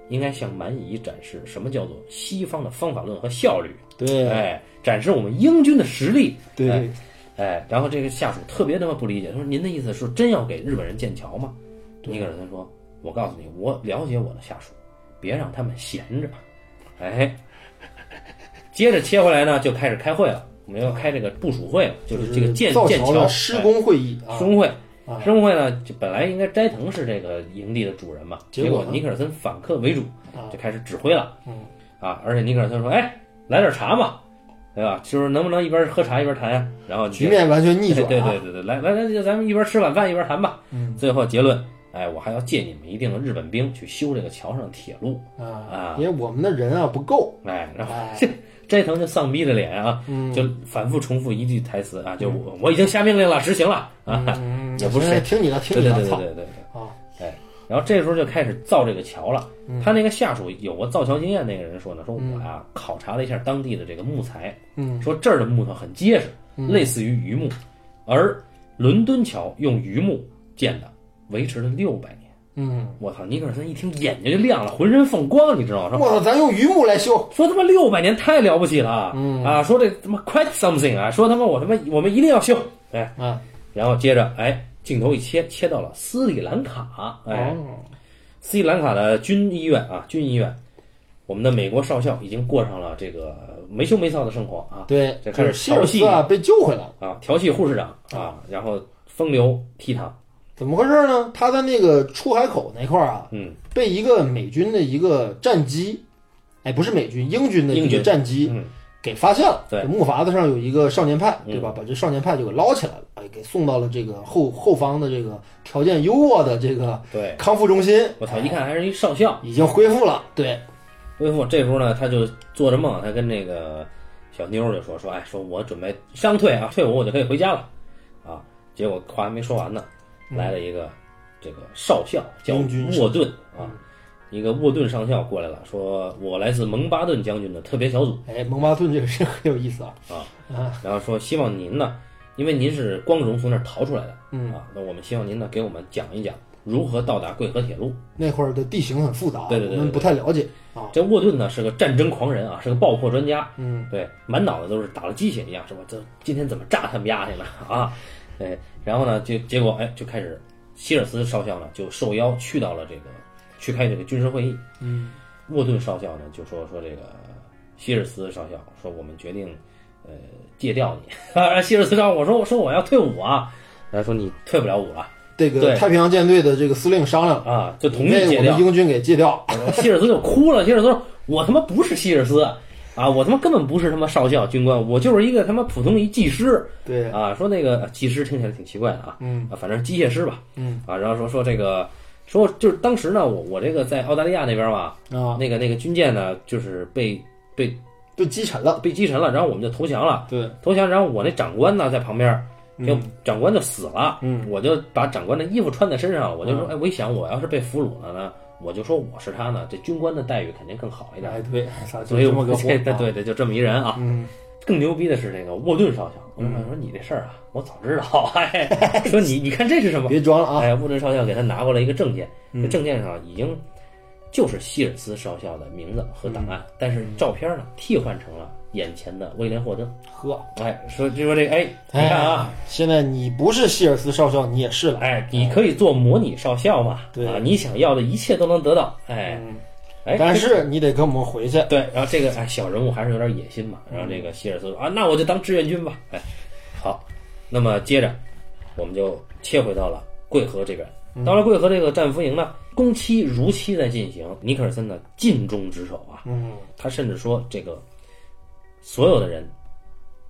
应该向蛮夷展示什么叫做西方的方法论和效率，对哎，展示我们英军的实力，哎对，哎，然后这个下属特别他妈不理解，他说：“您的意思是真要给日本人建桥吗？”尼克尔森说：“我告诉你，我了解我的下属，别让他们闲着。”哎，接着切回来呢，就开始开会了，我们要开这个部署会了，就是这个建造建桥桥的施工会议哎啊施，工会啊。施工会呢，就本来应该斋藤是这个营地的主人嘛，结结果果呢尼克尔森反客为主，啊就开始指挥了。嗯啊，而且尼克尔森说：“哎，来点茶嘛，对吧？就是能不能一边喝茶一边谈呀、啊然后局面完全逆转，哎对对，对对，来来来，咱们一边吃晚饭一边谈吧。嗯，最后结论，哎，我还要借你们一定的日本兵去修这个桥上的铁路。啊，因为我们的人啊不够，哎，然后哎这斋藤这丧逼的脸啊，就反复重复一句台词啊，就我我已经下命令了，执行了啊，也不是谁，嗯哎听你的，对听你对的，对对操对对。啊，哎，然后这时候就开始造这个桥了。嗯他那个下属有过造桥经验那个人说呢，说我呀、考察了一下当地的这个木材，嗯，说这儿的木头很结实，类似于榆木，而伦敦桥用榆木建的，维持了六百年。嗯，我操！尼克尔森一听眼睛就亮了，浑身放光，你知道吗？我说操，咱用榆木来修，说他妈六百年太了不起了、嗯啊！说这他妈 quite something 啊！说他妈我他妈我们一定要修，哎，啊，然后接着，哎，镜头一切，切到了斯里兰卡，哎，哦斯里兰卡的军医院啊，军医院，我们的美国少校已经过上了这个没羞没臊的生活啊对，这就开是始希尔调戏斯啊被救回来了，啊，调戏护士长啊，然后风流倜傥，怎么回事呢？他在那个出海口那块儿啊，嗯，被一个美军的一个战机，哎，不是美军，英军的一英个军战机嗯，给发现了。对这木筏子上有一个少年派，嗯对吧？把这少年派就给捞起来了，哎，给送到了这个后后方的这个条件优渥的这个对，康复中心。我操，哎一看还是一少校，已经恢复了，对，恢复这时候呢，他就做着梦，他跟那个小妞儿就说说，哎，说我准备伤退啊，退伍我就可以回家了，啊，结果话还没说完呢，来了一个这个少校叫英军沃顿啊，一个沃顿上校过来了，说我来自蒙巴顿将军的特别小组哎，蒙巴顿这个人很有意思啊，啊，啊，然后说希望您呢，因为您是光荣从那儿逃出来的，嗯啊，那我们希望您呢给我们讲一讲如何到达贵河铁路。那会儿的地形很复杂，对对对对我们不太了解啊，这沃顿呢是个战争狂人啊，是个爆破专家，嗯，对，满脑子都是打了鸡血一样，是吧？这今天怎么炸他们丫去了啊？对，然后呢，就结果哎，就开始希尔斯少校呢就受邀去到了这个去开这个军事会议。嗯，沃顿少校呢就说说这个希尔斯少校说我们决定呃借调你。 啊，希尔斯少校我说我说我要退伍啊，他说你退不了伍了这个对太平洋舰队的这个司令商量，啊，就同意被借我调们。英军给借掉，希尔斯就哭了。希尔斯说：“我他妈不是希尔斯啊，我他妈根本不是他妈少校军官，我就是一个他妈普通一技师对，啊。”说那个技师听起来挺奇怪的啊，嗯啊，反正机械师吧，嗯啊，然后说说这个，说就是当时呢，我我这个在澳大利亚那边嘛，啊，那个那个军舰呢，就是被被被击沉了，被击沉了，然后我们就投降了，对，投降，然后我那长官呢在旁边。就长官就死了，嗯我就把长官的衣服穿在身上，我就说，哎，我一想，我要是被俘虏了呢，我就说我是他呢，这军官的待遇肯定更好一点。哎，对，操，就所以这我么 个活这法，对对，就这么一人啊。嗯，更牛逼的是那个沃顿少校，沃顿少校说你这事儿啊，我早知道， 哎，说你你看这是什么？别装了 啊，嗯哎，沃顿少校给他拿过来一个证件，这证件上已经就是希尔斯少校的名字和档嗯案，但是照片呢替换成了眼前的威廉霍登。呵，哎，说就说这个，哎，你哎看啊，，现在你不是希尔斯少校，你也是了，哎，你可以做模拟少校嘛，对嗯啊，你想要的一切都能得到，哎，哎，但是你得跟我们回去，对，然后这个哎小人物还是有点野心嘛，嗯然后这个希尔斯说啊，那我就当志愿军吧，哎，好，那么接着我们就切回到了桂河这边，嗯到了桂河这个战俘营呢，公期如期在进行，尼克尔森呢尽忠职守啊，嗯，他甚至说这个所有的人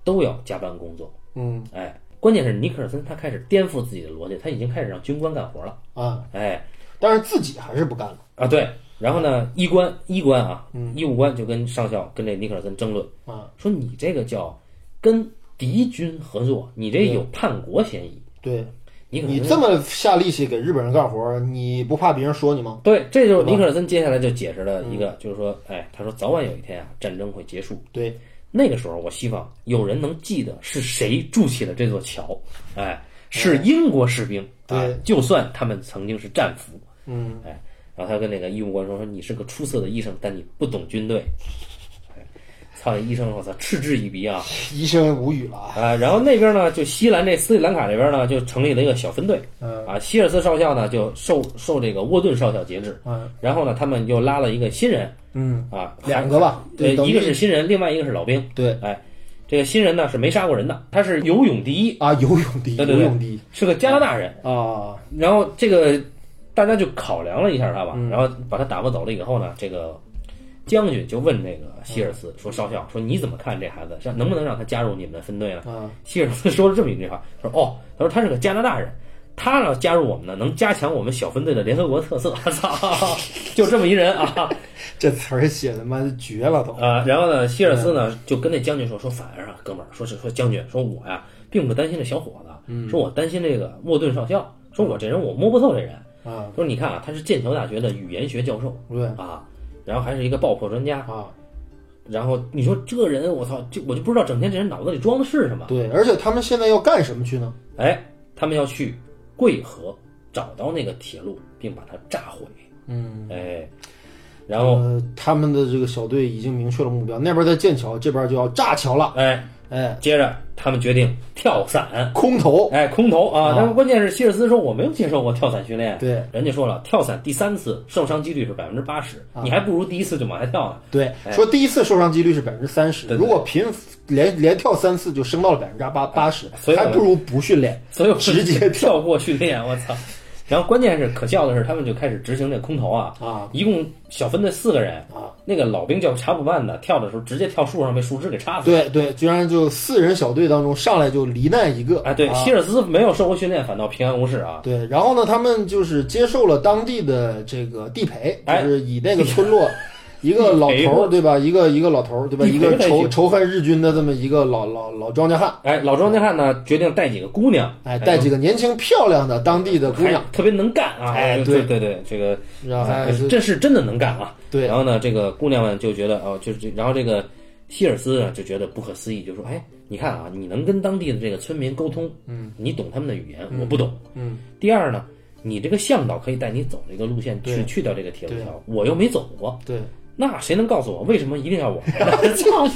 都要加班工作，嗯哎，关键是尼克尔森他开始颠覆自己的逻辑，他已经开始让军官干活了，啊，哎，但是自己还是不干了，啊，对。然后呢，医官医官啊，医务官就跟上校跟这尼克尔森争论嗯啊，说你这个叫跟敌军合作，你这有叛国嫌疑。对。尼克尔你森这么下力气给日本人干活，你不怕别人说你吗？对，这就是尼克尔森接下来就解释嗯了一个，就是说，哎，他说早晚有一天啊，战争会结束，对， 那个时候我希望有人能记得是谁筑起了这座桥，哎，是英国士兵，对哎就算他们曾经是战俘，嗯，哎，然后他跟那个医务官说：“说你是个出色的医生，但你不懂军队。”操，医生，我操，嗤之以鼻啊！医生无语了啊，啊，然后那边呢，就西兰这斯里兰卡这边呢，就成立了一个小分队嗯啊。希尔斯少校呢，就受受这个沃顿少校节制，嗯然后呢，他们又拉了一个新人嗯，啊，两个吧，对，对，等于一个是新人，另外一个是老兵。对哎，这个新人呢是没杀过人的，他是游泳第一，啊，游泳第一，对对游对泳第一是个加拿大人。啊，然后这个大家就考量了一下他吧，然后把他打发走了以后呢，这个将军就问这个希尔斯说：“少校，说你怎么看这孩子，让能不能让他加入你们的分队呢嗯？”希尔斯说了这么一句话：“说哦，他说他是个加拿大人，他要加入我们呢，能加强我们小分队的联合国特色。 操，就这么一人啊。这词儿写的妈绝了都。啊，然后呢，希尔斯嗯呢就跟那将军说说，反而啊，哥们儿，说是说将军，说我呀，并不担心这小伙嗯子，说我担心这个莫顿少校，说我这人我摸不透这人。啊，说你看啊，他是剑桥大学的语言学教授对啊，然后还是一个爆破专家，啊，然后你说这人，我操，就我就不知道整天这人脑子里装的是什么。啊对，而且他们现在要干什么去呢？哎，他们要去贵河找到那个铁路，并把它炸毁。嗯，哎，然后呃他们的这个小队已经明确了目标，那边在剑桥，这边就要炸桥了。哎，哎，接着他们决定跳伞。空投，哎，空投啊！啊但是关键是希尔斯说我没有接受过跳伞训练，对人家说了，跳伞第三次受伤几率是百分之八十，啊你还不如第一次就往下跳呢。对，说第一次受伤几率是百分之三十，哎对对哎如果频连连跳三次就升到了百分之八八十所，以我还们不如不训练，所以我直接跳过训练，我操！然后关键是可笑的是，他们就开始执行这空投啊，啊一共小分队四个人啊，那个老兵叫查普曼的，跳的时候直接跳树上被树枝给插死。对对，居然就四人小队当中上来就罹难一个，啊哎，对，希尔斯没有受过训练，反倒平安无事啊。对，然后呢，他们就是接受了当地的这个地陪，就哎是以那个村落一个老地陪头儿，对吧？一个一个老头儿，对吧？地陪一个还仇行仇恨日军的这么一个老老老庄稼汉，哎，老庄稼汉呢，决定带几个姑娘，哎，带几个年轻漂亮的当地的姑娘，还特别能干啊。哎对对对对，这个哎然后还是这是真的能干啊。对然后呢，这个姑娘们就觉得哦，就是这，然后这个希尔斯啊呢就觉得不可思议，就说：“哎，你看啊，你能跟当地的这个村民沟通，嗯，你懂他们的语言，我不懂。嗯，第二呢，你这个向导可以带你走这个路线，去对去掉这个铁路对桥，我又没走过，对，那谁能告诉我为什么一定要我 来呢？操！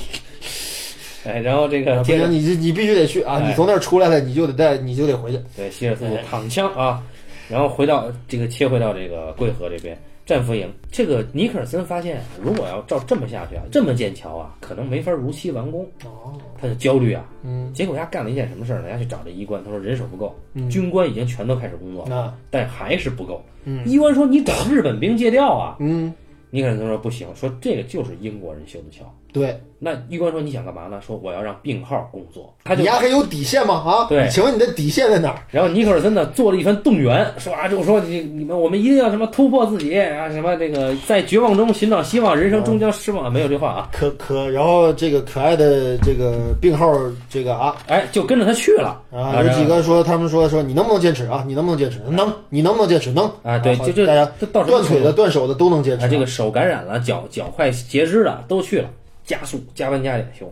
哎，然后这个啊不接着行，你这你必须得去啊！哎你从那儿出来了，你就得带，你就得回去。对希尔斯哎就躺枪啊，然后回到这个切回到这个桂河这边战俘营。这个尼克尔森发现，如果要照这么下去啊，这么建桥啊，可能没法如期完工，哦，他就焦虑啊。嗯，结果他干了一件什么事儿呢？他去找这医官，他说人手不够，军官已经全都开始工作了，那但还是不够。医官说你找日本兵借调啊。嗯，尼克尔森说不行，说这个就是英国人修的桥。对，那医官说你想干嘛呢？说我要让病号工作，他就你丫还有底线吗？啊，对请问你的底线在哪儿？然后尼克尔森呢做了一番动员，说啊，就说你你们我们一定要什么突破自己啊，什么这个在绝望中寻找希望，人生终将失望，没有这话啊。可可，然后这个可爱的这个病号，这个啊，哎，就跟着他去了啊，有然后几个说，他们说说你能不能坚持啊？你能不能坚持？能，你能不能坚持？能啊，对，就这大家这到什么断腿的、断手的都能坚程度持。啊，这个手感染了，脚脚快截肢了，都去了，加速加班加点修，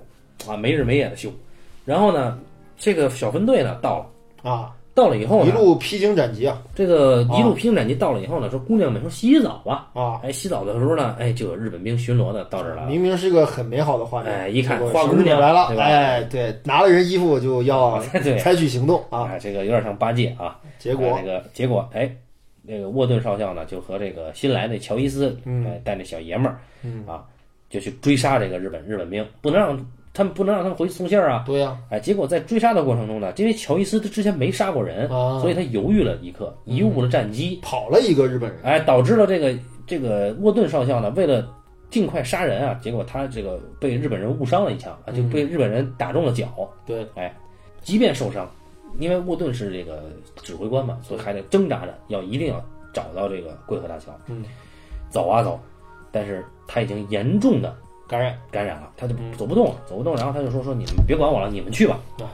啊，没日没夜的修。然后呢，这个小分队呢到了，啊，到了以后一呢，路披荆斩棘啊这个一路披荆斩棘到了以后呢，说姑娘们说洗澡吧，啊！哎，洗澡的时候呢，哎，就有日本兵巡逻的到这儿来了。明明是个很美好的画面，哎一看结果花姑日本娘来了对，吧哎，对，拿了人衣服就要 对采取行动啊！啊，这个有点像八戒啊。结果啊这个结果，哎，那个沃顿少校呢，就和这个新来的乔伊斯，嗯哎，带那小爷们儿，啊，就去追杀这个日本日本兵，不能让他们不能让他们回去送信儿啊。对呀，哎，结果在追杀的过程中呢，因为乔伊斯他之前没杀过人，啊嗯所以他犹豫了一刻，贻误了战机，跑了一个日本人，哎，导致了这个这个沃顿少校呢，为了。尽快杀人啊！结果他这个被日本人误伤了一枪啊，就嗯被日本人打中了脚。对，即便受伤，因为沃顿是这个指挥官嘛，所以还得挣扎着，要一定要找到这个桂河大桥。嗯，走啊走，但是他已经严重的感染感染了，他就走不动了，走不动。然后他就说说你们别管我了，你们去吧。嗯啊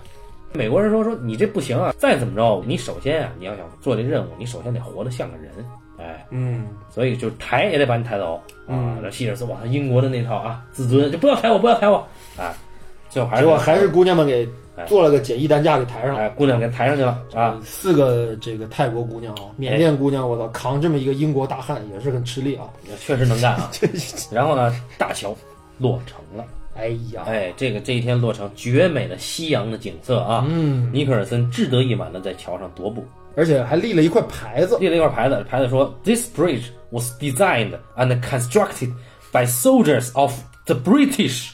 美国人说说你这不行啊，再怎么着，你首先啊，你要想做这任务，你首先得活得像个人，哎，嗯，所以就是抬也得把你抬走啊嗯。这希尔斯，我操，英国的那套啊，自尊就不要抬我，不要抬我啊。最后还结是果还是姑娘们给哎做了个简易担架给抬上了。哎，姑娘给抬上去了啊。哎四个这个泰国姑娘啊，缅甸姑娘，我操，扛这么一个英国大汉也是很吃力啊。 确实能干啊。然后呢，大桥落成了。哎呀，哎，这个这一天落成，绝美的夕阳的景色啊！嗯，尼克尔森志得意满的在桥上踱步，而且还立了一块牌子，列了一块牌子，牌子说：“This bridge was designed and constructed by soldiers of the British。”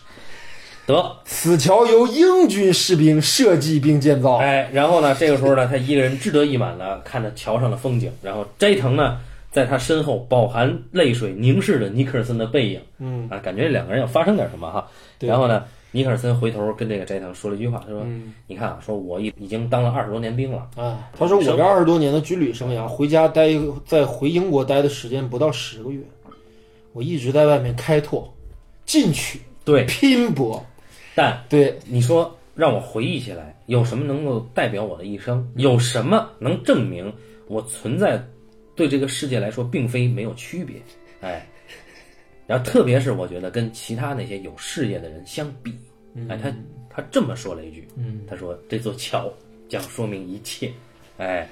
得，此桥由英军士兵设计并建造。哎，然后呢，这个时候呢，他一个人志得意满的看着桥上的风景，然后斋藤呢，在他身后饱含泪水凝视着尼克尔森的背影，嗯啊，感觉两个人要发生点什么哈。对然后呢，尼克尔森回头跟这个斋藤说了一句话，他说：“嗯你看啊，说我已已经当了二十多年兵了，啊，他说我这二十多年的军旅生涯，回家待一个在回英国待的时间不到十个月，我一直在外面开拓、进取、对，拼搏。但对，你说让我回忆起来，有什么能够代表我的一生？有什么能证明我存在对这个世界来说并非没有区别？哎，然后特别是我觉得跟其他那些有事业的人相比，嗯哎，他他这么说了一句，他说这座桥将说明一切，哎，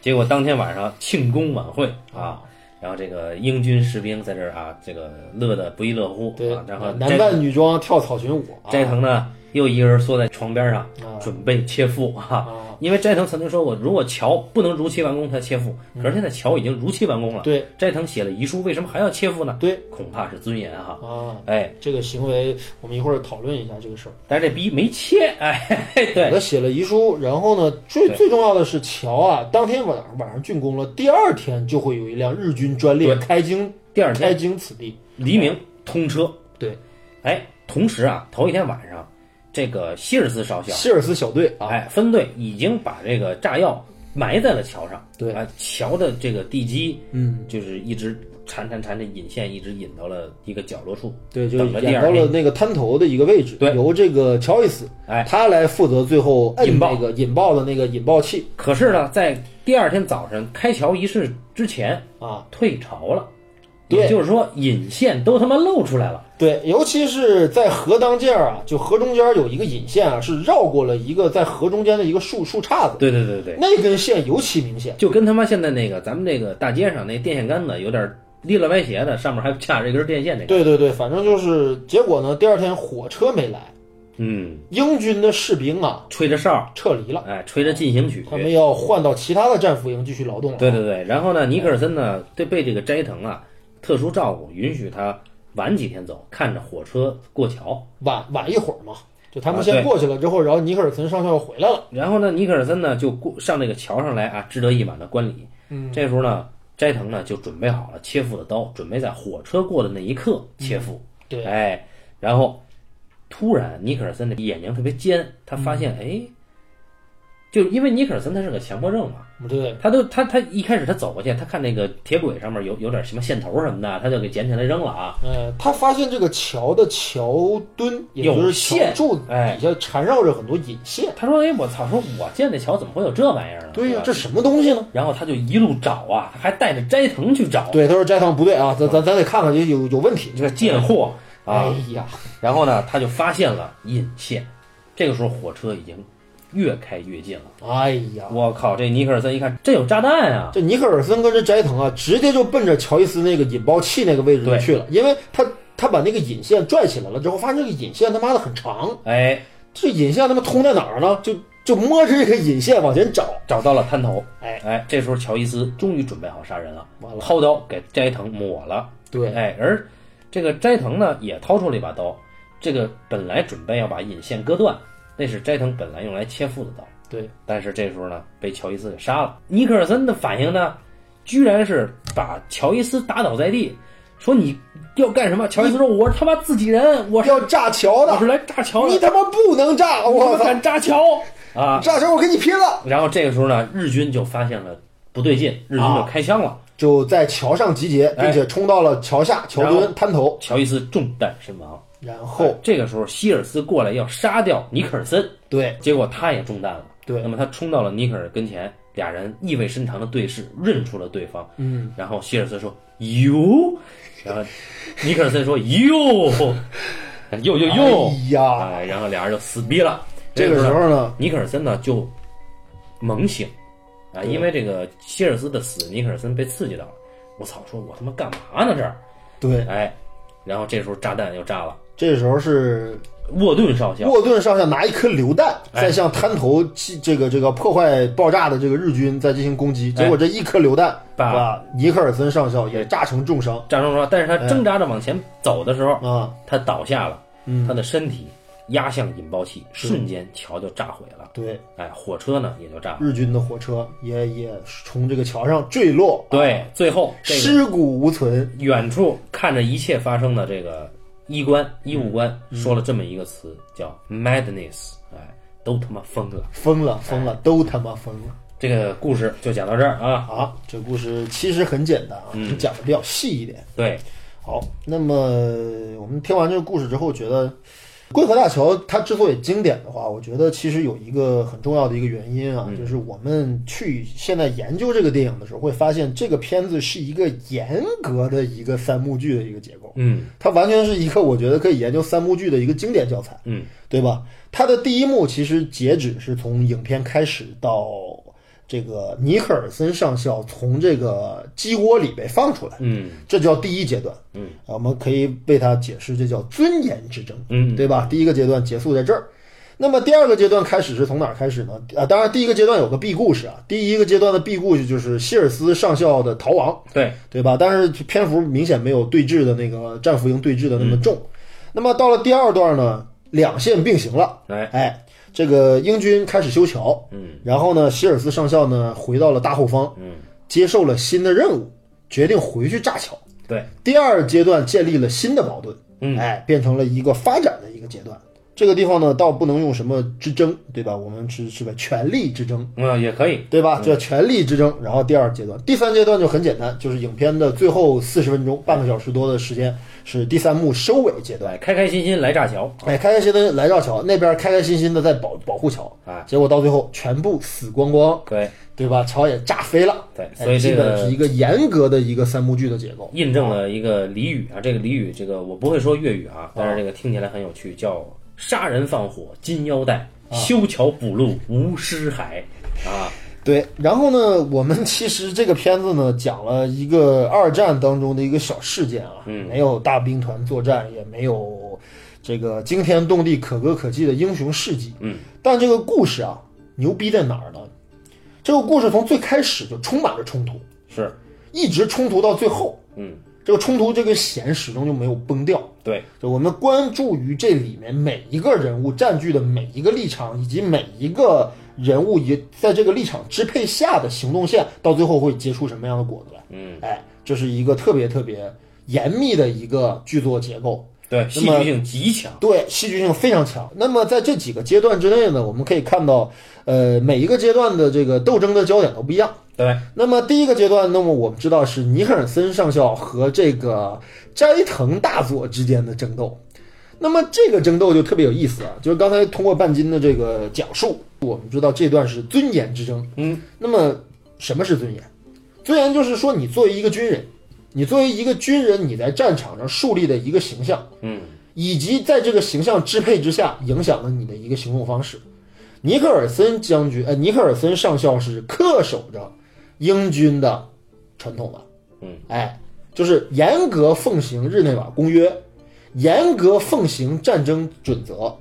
结果当天晚上庆功晚会哦啊。然后这个英军士兵在这儿啊，这个乐得不亦乐乎对啊。然后男扮女装跳草裙舞啊，斋藤呢又一个人缩在床边上，啊准备切腹啊。因为斋藤曾经说过，如果桥不能如期完工，他切腹。可是现在桥已经如期完工了。嗯对斋藤写了遗书，为什么还要切腹呢？对恐怕是尊严哈。啊，哎，这个行为我们一会儿讨论一下这个事儿。但是这逼没切，哎， 对，他写了遗书，然后呢，最最重要的是桥啊，当天晚晚上竣工了，第二天就会有一辆日军专列开经第二天开经此地。黎明通车。对，哎，同时啊，头一天晚上，这个希尔斯少校希尔斯小队啊，哎，分队已经把这个炸药埋在了桥上。对啊，桥的这个地基，嗯，就是一直缠缠缠着引线，一直引到了一个角落处。对，就等着第演二到了天。那个滩头的一个位置，对由这个乔伊斯，哎他来负责最后摁引爆那个引爆的那个引爆器可是呢，在第二天早上开桥仪式之前，啊。退潮了。对也就是说，引线都他妈露出来了。对，尤其是在河当间儿啊，就河中间儿有一个引线啊，是绕过了一个在河中间的一个树树杈子，对对对对，那根线尤其明显。就跟他妈现在那个咱们这个大街上那电线杆子有点立了歪斜的，上面还架着一根电线那个。对对对，反正就是结果呢，第二天火车没来，嗯，英军的士兵啊吹着哨，撤离了，哎，吹着进行曲。他们要换到其他的战俘营继续劳动了。对对对，然后呢，尼克尔森呢，对被这个斋藤啊特殊照顾，允许他晚几天走，看着火车过桥。晚晚一会儿嘛，就他们啊先对过去了之后，然后尼克尔森上校回来了。然后呢，尼克尔森呢就过上这个桥上来啊，值得一晚的观礼。嗯，这时候呢，斋藤呢就准备好了切腹的刀，准备在火车过的那一刻切腹。对哎，然后突然尼克尔森的眼睛特别尖，他发现、哎，就因为尼克尔森他是个强迫症嘛，对，他都他他一开始他走过去，他看那个铁轨上面有有点什么线头什么的，他就给捡起来扔了啊。呃，他发现这个桥的桥墩，也就是有桥线柱哎底下缠绕着很多引线。哎他说：“哎，我操！说我建的桥怎么会有这玩意儿呢？”对呀、是吧这什么东西呢？然后他就一路找啊，他还带着斋藤去找对，他说斋堂不对啊，咱咱咱得看看这有有问题。这个贱货啊。哎呀，然后呢，他就发现了引线。这个时候火车已经越开越近了。哎呀，我靠！这尼克尔森一看，这有炸弹啊！这尼克尔森跟这斋藤啊，直接就奔着乔伊斯那个引爆器那个位置就对去了，因为他他把那个引线拽起来了之后，发现这个引线他妈的很长，哎，这引线他妈通在哪儿呢？就就摸着这个引线往前找，找到了滩头。哎哎，这时候乔伊斯终于准备好杀人了，完了掏刀给斋藤抹了。对，哎，而这个斋藤呢也掏出了一把刀，这个本来准备要把引线割断，那是斋藤本来用来切腹的刀。对，但是这时候呢，被乔伊斯给杀了。尼克尔森的反应呢，居然是把乔伊斯打倒在地，说你要干什么？乔伊斯说：“我是他妈自己人，我是要炸桥我是的，来炸桥的，你他妈不能炸，你他我妈操，敢炸桥啊炸桥我跟你拼了！”！然后这个时候呢，日军就发现了不对劲，日啊军就开枪了，就在桥上集结，并且冲到了桥下桥然墩滩头，哎乔伊斯中弹身亡。然后这个时候，希尔斯过来要杀掉尼克尔森，对结果他也中弹了。对那么他冲到了尼克尔跟前，俩人意味深长的对视，认出了对方。嗯，然后希尔斯说：“哟。” 然后尼克尔森说：“哟， 哟哟哟哎！”呀，哎，然后俩人就死逼了。这个时呢，候呢，尼克尔森呢就猛醒啊，因为这个希尔斯的死，尼克尔森被刺激到了。我操！说我他妈干嘛呢这儿？对，哎，然后这时候炸弹又炸了，这时候是沃顿少校。沃顿上校拿一颗榴弹，在向滩头击这个这个破坏爆炸的这个日军在进行攻击，结果这一颗榴弹把把尼克尔森上校也炸成重伤炸成说，但是他挣扎着往前走的时候，哎啊！嗯他倒下了，他的身体压向引爆器，瞬间桥就炸毁了。对，嗯哎，火车呢也就炸了。日军的火车也也从这个桥上坠落，对，最后这个尸骨无存。远处看着一切发生的这个医官、医务官嗯说了这么一个词，叫 madness，哎，都他妈疯了。疯了，疯了，都他妈疯了。这个故事就讲到这儿啊。啊，这故事其实很简单啊，只讲的比较细一点。对，好，那么我们听完这个故事之后，觉得桂河大桥它之所以经典的话，我觉得其实有一个很重要的一个原因啊，就是我们去现在研究这个电影的时候，会发现这个片子是一个严格的一个三幕剧的一个结构，嗯它完全是一个我觉得可以研究三幕剧的一个经典教材，嗯对吧？它的第一幕其实截止是从影片开始到。这个尼克尔森上校从这个鸡窝里被放出来，嗯这叫第一阶段。嗯啊，我们可以为它解释，这叫尊严之争，嗯对吧？第一个阶段结束在这儿。那么第二个阶段开始是从哪儿开始呢？啊，当然第一个阶段有个 B 故事啊，第一个阶段的 B 故事就是希尔斯上校的逃亡，对，对吧？但是篇幅明显没有对峙的那个战俘营对峙的那么重。那么到了第二段呢，两线并行了，哎，哎，这个英军开始修桥，嗯然后呢，希尔斯上校呢回到了大后方，嗯，接受了新的任务，决定回去炸桥。对，第二阶段建立了新的矛盾，嗯哎，变成了一个发展的一个阶段。这个地方呢，倒不能用什么之争，对吧？我们是是吧，权力之争，嗯也可以，对吧？叫权力之争。然后第二阶段，第三阶段就很简单，就是影片的最后四十分钟，半个小时多的时间是第三幕收尾阶段。对，开开心心来炸桥，哎，开开心心地来绕桥，那边开开心心的在保保护桥哎，结果到最后全部死光光，对，对吧？桥也炸飞了。对哎所以基这本个是一个严格的一个三幕剧的结构。印证了一个俚语啊，这个俚语这个我不会说粤语啊，但是这个听起来很有趣，叫杀人放火金腰带，修桥补路无尸骸啊，对，然后呢，我们其实这个片子呢，讲了一个二战当中的一个小事件啊，嗯没有大兵团作战，也没有这个惊天动地、可歌可泣的英雄事迹，嗯，但这个故事啊，牛逼在哪儿呢？这个故事从最开始就充满了冲突，是，一直冲突到最后，嗯，这个冲突这个弦始终就没有崩掉，对，就我们关注于这里面每一个人物占据的每一个立场，以及每一个人物也在这个立场支配下的行动线，到最后会结出什么样的果子来？嗯，哎，这是一个特别特别严密的一个剧作结构，对，戏剧性极强，对，戏剧性非常强。那么在这几个阶段之内呢，我们可以看到，呃，每一个阶段的这个斗争的焦点都不一样。对，那么第一个阶段，那么我们知道是尼克尔森上校和这个斋藤大佐之间的争斗。那么这个争斗就特别有意思啊，就是刚才通过半斤的这个讲述，我们知道这段是尊严之争。嗯，那么什么是尊严？尊严就是说，你作为一个军人，你作为一个军人，你在战场上树立的一个形象，嗯，以及在这个形象支配之下，影响了你的一个行动方式。尼克尔森将军，呃，尼克尔森上校是恪守着英军的传统的，嗯，哎，就是严格奉行日内瓦公约，严格奉行战争准则，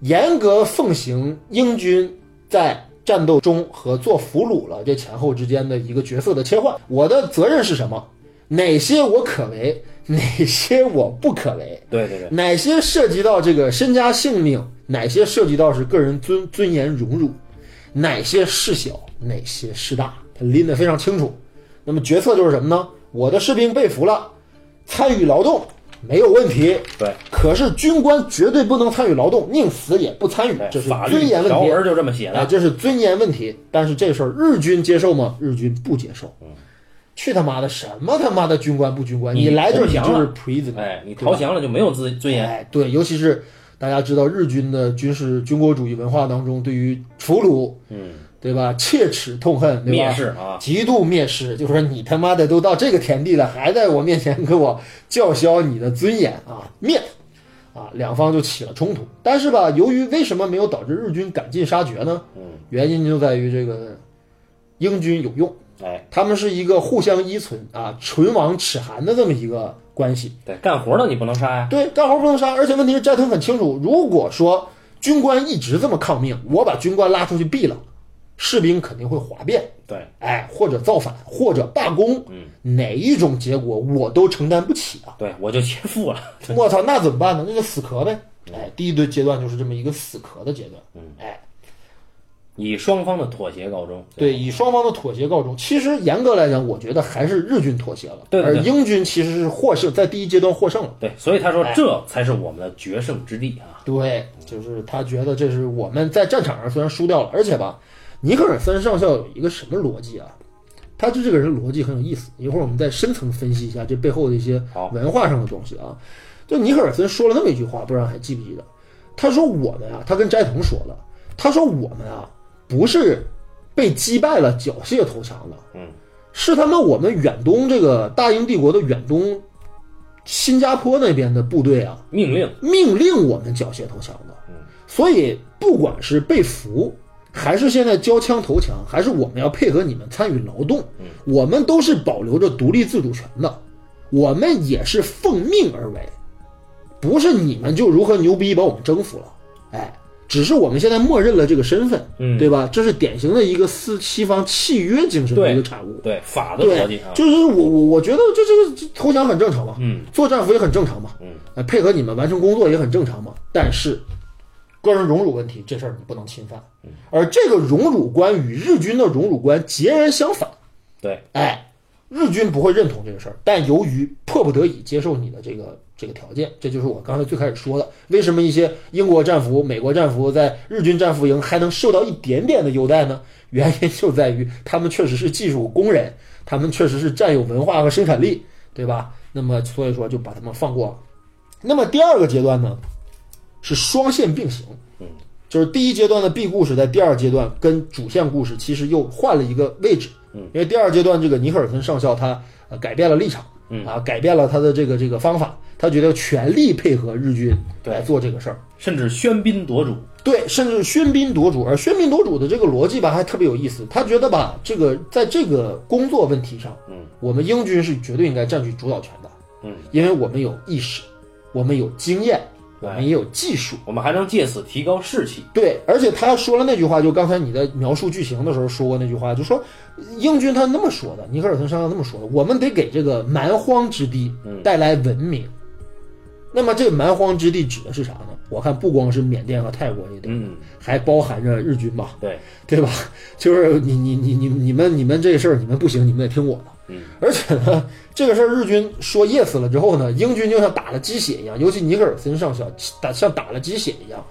严格奉行英军在战斗中和做俘虏了这前后之间的一个角色的切换。我的责任是什么？哪些我可为，哪些我不可为？对对对，哪些涉及到这个身家性命，哪些涉及到是个人尊尊严荣辱，哪些事小，哪些事大，他拎得非常清楚。那么决策就是什么呢？我的士兵被俘了，参与劳动没有问题，对。可是军官绝对不能参与劳动，宁死也不参与，这对，是哎法律尊严问条题。文就这么写哎，的，这是尊严问题。但是这事儿日军接受吗？日军不接受。去他妈的什么他妈的军官不军官？嗯你来这儿投你降就是了 prisoner。哎，你投降了就没有自尊严，哎，对，尤其是大家知道日军的军事军国主义文化当中，对于俘虏，嗯，对吧，切齿痛恨，对吧？蔑视啊，极度蔑视，就说你他妈的都到这个田地了，还在我面前给我叫嚣你的尊严啊，灭他！啊，两方就起了冲突。但是吧，由于为什么没有导致日军赶尽杀绝呢？嗯，原因就在于这个英军有用，哎，他们是一个互相依存啊，唇亡齿寒的这么一个关系。对，干活的你不能杀呀，对，干活不能杀。而且问题是，斋藤很清楚，如果说军官一直这么抗命，我把军官拉出去毙了，士兵肯定会哗变，对，哎，或者造反，或者罢工，嗯，哪一种结果我都承担不起啊！对我就切腹 了，我操，那怎么嗯办呢？那就死磕呗。哎，第一阶段就是这么一个死磕的阶段。哎，以双方的妥协告终。对，以双方的妥协告终。其实严格来讲，我觉得还是日军妥协了，对对对而英军其实是获胜，在第一阶段获胜了。对，所以他说这才是我们的决胜之地啊！对，就是他觉得这是我们在战场上虽然输掉了，而且吧，尼克尔森上校有一个什么逻辑啊？他就这个人逻辑很有意思。一会儿我们再深层分析一下这背后的一些好文化上的东西啊。就尼克尔森说了那么一句话，不知道还记不记得？他说我们啊，他跟斋藤说了，他说我们啊不是被击败了缴械投降了，嗯，是他妈我们远东这个大英帝国的远东新加坡那边的部队啊，命令命令我们缴械投降的。所以不管是被俘，还是现在交枪投降，还是我们要配合你们参与劳动，我们都是保留着独立自主权的，我们也是奉命而为，不是你们就如何牛逼把我们征服了，哎。只是我们现在默认了这个身份，嗯对吧？这是典型的一个西西方契约精神的一个产物。对法的逻对辑啊，，就是我我我觉得这这个这投降很正常嘛，嗯，做战俘也很正常嘛，嗯，呃，配合你们完成工作也很正常嘛。但是，个人荣辱问题这事儿你不能侵犯，嗯而这个荣辱观与日军的荣辱观截然相反，对，哎，日军不会认同这个事儿，但由于迫不得已接受你的这个这个条件，这就是我刚才最开始说的，为什么一些英国战俘、美国战俘在日军战俘营还能受到一点点的优待呢？原因就在于他们确实是技术工人，他们确实是占有文化和生产力，对吧？那么所以说就把他们放过了。那么第二个阶段呢，是双线并行。就是第一阶段的 B 故事，在第二阶段跟主线故事其实又换了一个位置，嗯因为第二阶段这个尼克尔森上校他呃改变了立场，嗯啊，改变了他的这个这个方法，他觉得全力配合日军来做这个事儿，甚至喧宾夺主，对，甚至喧宾夺主。而喧宾夺主的这个逻辑吧，还特别有意思。他觉得吧，这个在这个工作问题上，嗯，我们英军是绝对应该占据主导权的，嗯，因为我们有意识，我们有经验，对我们也有技术。我们还能借此提高士气。对，而且他说了那句话，就刚才你在描述剧情的时候说过那句话，就说英军他那么说的，尼克尔森上校那么说的，我们得给这个蛮荒之地带来文明。那么这蛮荒之地指的是啥呢？我看不光是缅甸和泰国这地儿，嗯，还包含着日军吧，对，对吧？ 就是你你你你你们你们这事儿你们不行，你们得听我的。嗯，而且呢，这个事儿日军说 yes 了之后呢，英军就像打了鸡血一样，尤其尼克尔森上校打像打了鸡血一样，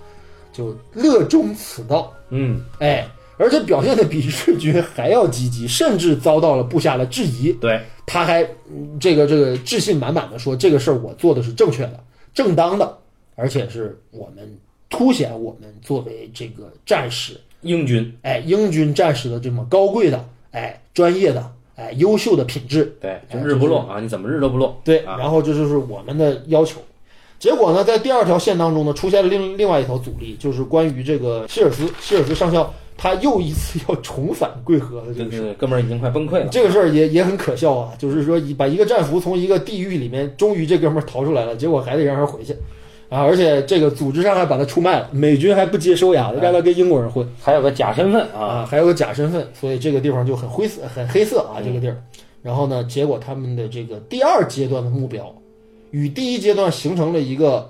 就乐衷此道，嗯，哎，而且表现的比日军还要积极，甚至遭到了部下的质疑。对，他还嗯这个这个自信满满的说，这个事儿我做的是正确的、正当的，而且是我们凸显我们作为这个战士英军，哎，英军战士的这么高贵的，哎，专业的，哎，优秀的品质，对，就哎日不落啊，你怎么日都不落。对，啊然后这就是我们的要求。结果呢，在第二条线当中呢，出现了另另外一条阻力，就是关于这个希尔斯希尔斯上校，他又一次要重返贵河的这对个对事儿。对，哥们儿已经快崩溃了。这个事儿也也很可笑啊，就是说一把一个战俘从一个地狱里面，终于这哥们儿逃出来了，结果还得让人回去，啊，而且这个组织上还把他出卖了，美军还不接收啊呀，让他跟英国人混。还有个假身份啊，啊，还有个假身份，所以这个地方就很灰色、很黑色啊，这个地儿。然后呢，结果他们的这个第二阶段的目标，与第一阶段形成了一个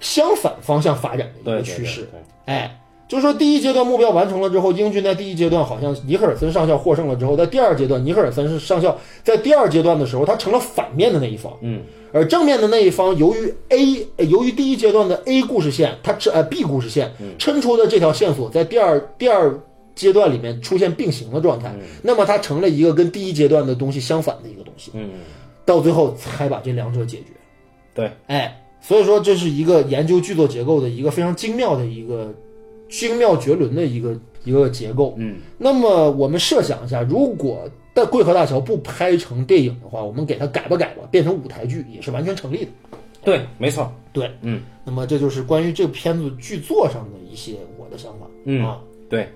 相反方向发展的一对对个趋势。对哎，就是说第一阶段目标完成了之后，英军在第一阶段好像尼赫尔森上校获胜了之后，在第二阶段，尼赫尔森上校在第二阶段的时候，他成了反面的那一方。嗯，而正面的那一方，由于 A，呃由于第一阶段的 A 故事线，它抻呃 B 故事线嗯抻出的这条线索，在第二第二阶段里面出现并行的状嗯态，那么它成了一个跟第一阶段的东西相反的一个东西，嗯，到最后才把这两者解决。对，哎，所以说这是一个研究剧作结构的一个非常精妙的一个精妙绝伦的一个一个结构。嗯，那么我们设想一下，如果在桂河大桥不拍成电影的话，我们给它改吧改吧，变成舞台剧也是完全成立的。对，没错，对，嗯，那么这就是关于这个片子剧作上的一些我的想法。嗯啊，对，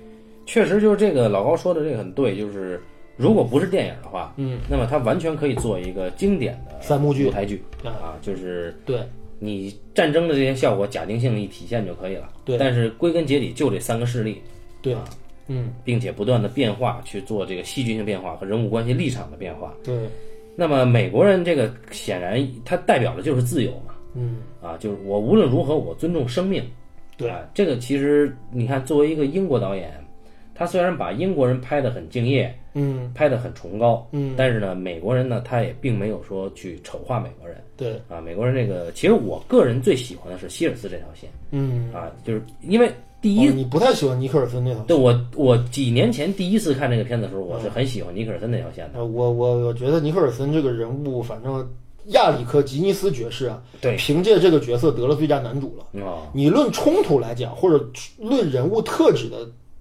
确实就是这个老高说的这个很对，就是如果不是电影的话，嗯，那么它完全可以做一个经典的三幕剧舞台剧啊啊，就是对你战争的这些效果假定性一体现就可以了。对但是归根结底就这三个势力，对，啊嗯并且不断的变化去做这个戏剧性变化和人物关系立场的变化。对，那么美国人这个显然他代表的就是自由嘛，嗯啊，就是我无论如何我尊重生命。对啊，这个其实你看，作为一个英国导演，他虽然把英国人拍得很敬业，嗯，拍得很崇高，嗯，但是呢，美国人呢，他也并没有说去丑化美国人对，啊。美国人这个，其实我个人最喜欢的是希尔斯这条线嗯，啊，就是因为第一哦，你不太喜欢尼克尔森那套。对我我几年前第一次看这个片子的时候，我是很喜欢尼克尔森那条线的。呃，我我我觉得尼克尔森这个人物，反正亚里克吉尼斯爵士啊，对，凭借这个角色得了最佳男主了。哦，你论冲突来讲，或者论人物特质的、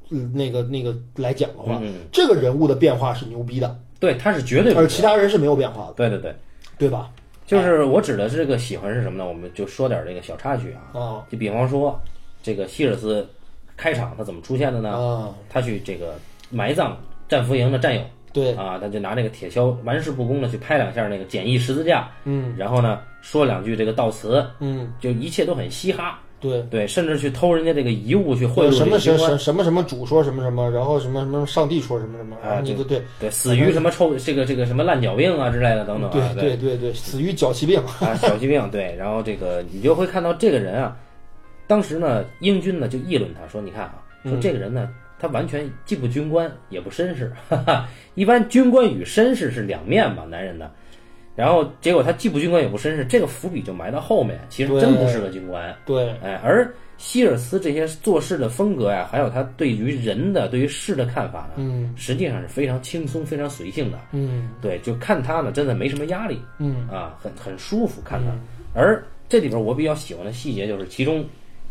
嗯那个那个来讲的话，这个人物的变化是牛逼的，对，嗯他是绝对不而其他人是没有变化的，对对对，对吧？哦就是我指的这个喜欢是什么呢？我们就说点这个小插曲啊，啊就比方说这个希尔斯开场他怎么出现的呢？啊，他去这个埋葬战俘营的战友，对，啊，他就拿那个铁锹玩世不恭的去拍两下那个简易十字架，嗯然后呢说两句这个悼词，嗯，就一切都很嘻哈，对。对，甚至去偷人家这个遗物去贿或者赂什这么个什军官么，什么什么主说什么什么，然后什么什么上帝说什么什么，然后你就对啊对，死于什么臭这个这个什么烂脚病啊之类的等等啊，对对对，死于脚气病，啊，小疾病，对，然后这个你就会看到这个人啊，当时呢，英军呢就议论他说，你看啊，嗯说这个人呢，他完全既不军官也不绅士，哈哈，一般军官与绅士是两面嘛，男人的，然后结果他既不军官也不绅士，这个伏笔就埋到后面，其实真不是个军官，对，哎，而希尔斯这些做事的风格呀，还有他对于人的对于事的看法呢，嗯实际上是非常轻松、非常随性的，嗯对，就看他呢，真的没什么压力，嗯啊，很很舒服看他。而这里边我比较喜欢的细节就是，其中，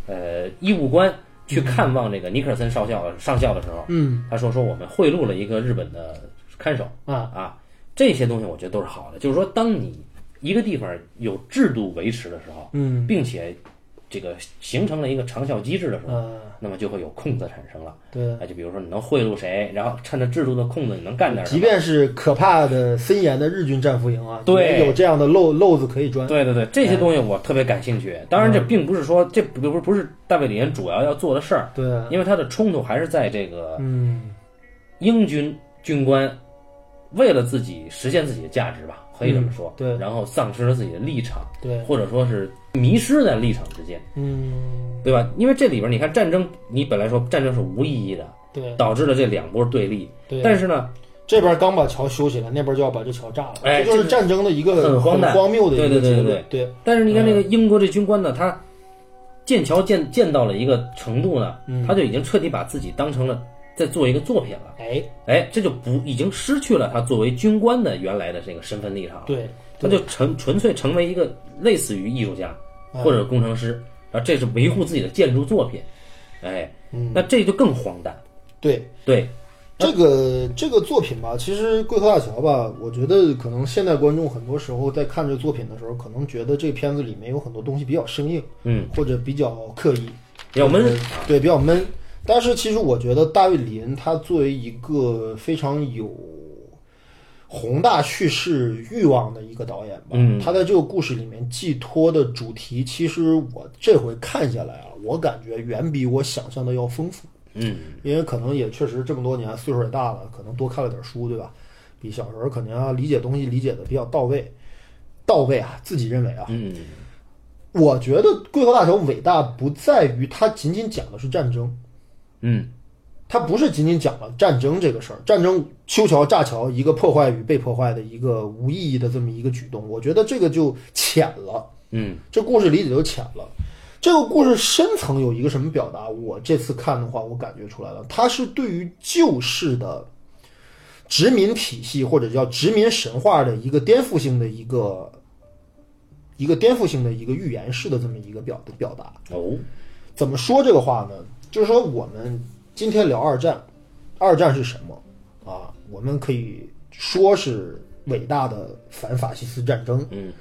呃，医务官去看望这个尼克尔森少校上校的时候，嗯他说说我们贿赂了一个日本的看守啊，啊，这些东西我觉得都是好的，就是说当你一个地方有制度维持的时候，嗯并且这个形成了一个长效机制的时候，嗯，那么就会有空子产生了。对，啊，就比如说你能贿赂谁，然后趁着制度的空子，你能干点什即么？便是可怕的森严的日军战俘营啊，对也有这样的漏漏子可以钻。对对对，这些东西我特别感兴趣。当然，这嗯并不是说这不不不是大卫林主要要做的事儿，对，啊因为他的冲突还是在这个嗯，英军军官为了自己实现自己的价值吧，可以这么说。嗯对然后丧失了自己的立场，对，或者说是迷失在立场之间，嗯，对吧？因为这里边你看战争，你本来说战争是无意义的，对导致了这两波对立。对。但是呢，这边刚把桥修起来，那边就要把这桥炸了，哎这就是战争的一个很荒荒诞谬的一对对对个结对论。对，但是你看这嗯个英国这军官呢，他建桥建建到了一个程度呢，嗯他就已经彻底把自己当成了在做一个作品了。哎，哎，这就不已经失去了他作为军官的原来的这个身份立场了，对，他就纯纯粹成为一个类似于艺术家啊或者工程师，然后这是维护自己的建筑作品，哎，嗯那这就更荒诞。对对，这个这个作品吧，其实《桂河大桥》吧，我觉得可能现代观众很多时候在看这作品的时候，可能觉得这片子里面有很多东西比较生硬，嗯，哎或者比较刻意，要闷，嗯对，比较闷。但是其实我觉得大卫林他作为一个非常有宏大叙事欲望的一个导演吧，嗯他在这个故事里面寄托的主题，其实我这回看下来啊，我感觉远比我想象的要丰富。嗯，因为可能也确实这么多年岁数也大了，可能多看了点书，对吧？比小时候可能要理解东西理解的比较到位，到位啊，自己认为啊。嗯，我觉得《桂河大桥》伟大不在于它仅仅讲的是战争，嗯，它不是仅仅讲了战争这个事儿，战争修桥炸桥，一个破坏与被破坏的一个无意义的这么一个举动，我觉得这个就浅了，嗯，这故事理解就浅了。这个故事深层有一个什么表达？我这次看的话，我感觉出来了，它是对于旧式的殖民体系或者叫殖民神话的一个颠覆性的一个一个颠覆性的一个预言式的这么一个表的表达。哦，怎么说这个话呢？就是说我们今天聊二战，二战是什么啊？我们可以说是伟大的反法西斯战争，嗯，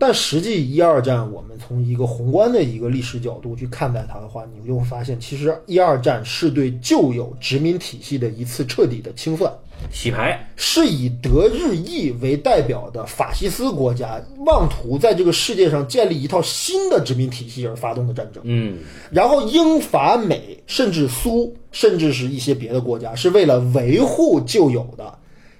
但实际一二战，我们从一个宏观的一个历史角度去看待它的话，你就会发现，其实一二战是对旧有殖民体系的一次彻底的清算。洗牌，是以德日意为代表的法西斯国家妄图在这个世界上建立一套新的殖民体系而发动的战争。嗯，然后英法美甚至苏，甚至是一些别的国家，是为了维护旧有的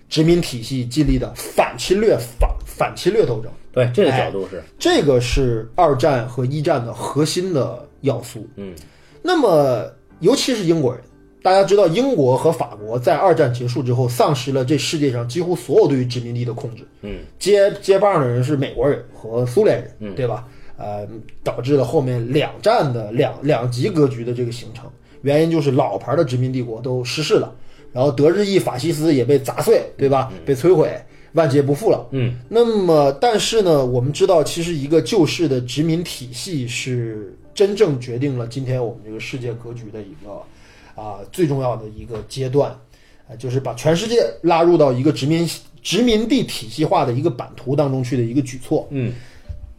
殖民体系建立的反侵略、反反侵略斗争。对，哎这个角度是，这个是二战和一战的核心的要素。嗯，那么，尤其是英国人，大家知道，英国和法国在二战结束之后，丧失了这世界上几乎所有对于殖民地的控制。嗯，接接棒的人是美国人和苏联人，对吧？呃，导致了后面两战的两两极格局的这个形成。原因就是老牌的殖民帝国都失势了，然后德日意法西斯也被砸碎，对吧？被摧毁，万劫不复了。嗯，那么但是呢，我们知道，其实一个旧式的殖民体系是真正决定了今天我们这个世界格局的一个啊、最重要的一个阶段，啊，就是把全世界拉入到一个殖民殖民地体系化的一个版图当中去的一个举措。嗯，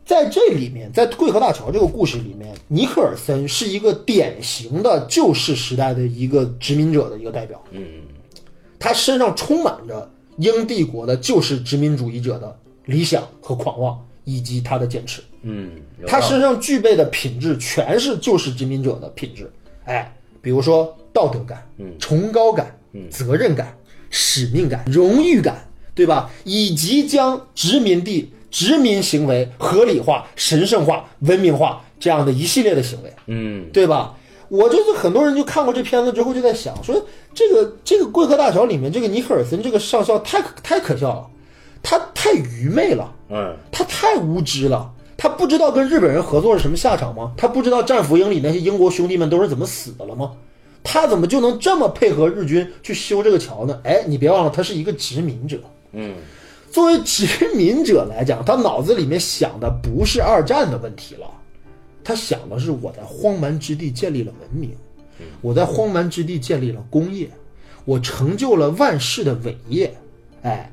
在这里面，在贵河大桥这个故事里面，尼克尔森是一个典型的旧式时代的一个殖民者的一个代表。嗯，他身上充满着英帝国的旧式殖民主义者的理想和狂妄，以及他的坚持。嗯，有他道理身上具备的品质全是旧式殖民者的品质。哎，比如说道德感、嗯崇高感、责任感、使命感、荣誉感，对吧？以及将殖民地殖民行为合理化、神圣化、文明化这样的一系列的行为。嗯对吧？我就是很多人就看过这片子之后就在想，说这个这个《贵客大桥》里面这个尼克尔森这个上校太可太可笑了，他太愚昧了，嗯他太无知了，他不知道跟日本人合作是什么下场吗？他不知道战俘营里那些英国兄弟们都是怎么死的了吗？他怎么就能这么配合日军去修这个桥呢？哎，你别忘了，他是一个殖民者。嗯作为殖民者来讲，他脑子里面想的不是二战的问题了，他想的是我在荒蛮之地建立了文明，我在荒蛮之地建立了工业，我成就了万世的伟业。哎，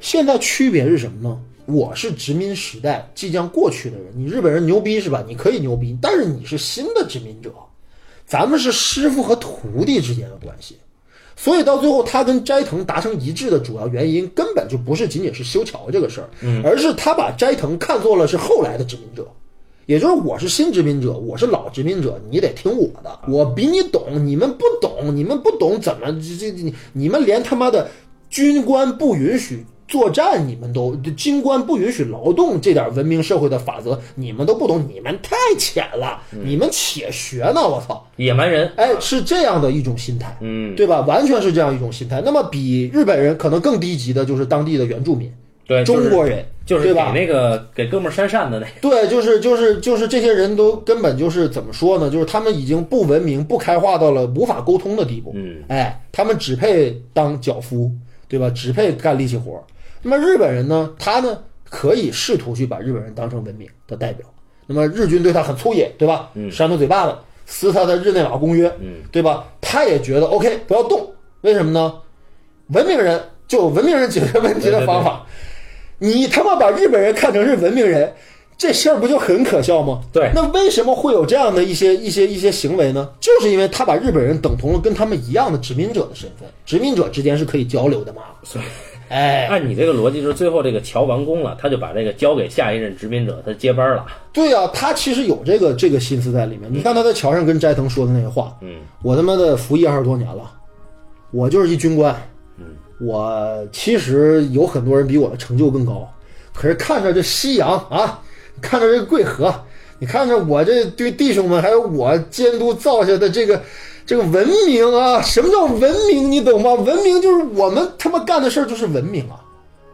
现在区别是什么呢？我是殖民时代即将过去的人，你日本人牛逼是吧？你可以牛逼，但是你是新的殖民者，咱们是师傅和徒弟之间的关系。所以到最后，他跟斋藤达成一致的主要原因，根本就不是仅仅是修桥这个事儿，而是他把斋藤看作了是后来的殖民者，也就是我是新殖民者，我是老殖民者，你得听我的，我比你懂，你们不懂，你们不懂怎么这这你你们连他妈的军官不允许。作战你们都军官不允许劳动这点文明社会的法则你们都不懂，你们太浅了，嗯你们且学呢！我操，野蛮人哎，是这样的一种心态，啊嗯对吧？完全是这样一种心态。那么比日本人可能更低级的就是当地的原住民，对中国人，就是对给吧？那个给哥们儿扇扇的那 对，就是就是就是这些人都根本就是怎么说呢？就是他们已经不文明、不开化到了无法沟通的地步。嗯，哎，他们只配当脚夫，对吧？只配干力气活儿。那么日本人呢？他呢可以试图去把日本人当成文明的代表。那么日军对他很粗野，对吧？嗯，扇他嘴巴子，撕他的日内瓦公约，嗯，对吧？他也觉得 OK，不要动。为什么呢？文明人就有文明人解决问题的方法。你他妈把日本人看成是文明人，这事儿不就很可笑吗？对那为什么会有这样的一些一些一些行为呢？就是因为他把日本人等同了跟他们一样的殖民者的身份，殖民者之间是可以交流的嘛？所以哎， 按你这个逻辑，就是最后这个桥完工了，他就把这个交给下一任殖民者，他接班了。对呀、他其实有这个这个心思在里面。你看他在桥上跟斋藤说的那个话，嗯，我他妈的服役二十多年了，我就是一军官，我其实有很多人比我的成就更高，可是看着这夕阳啊，看着这桂河，你看着我这对弟兄们，还有我监督造下的这个这个文明啊，什么叫文明？你懂吗？文明就是我们他妈干的事儿就是文明啊，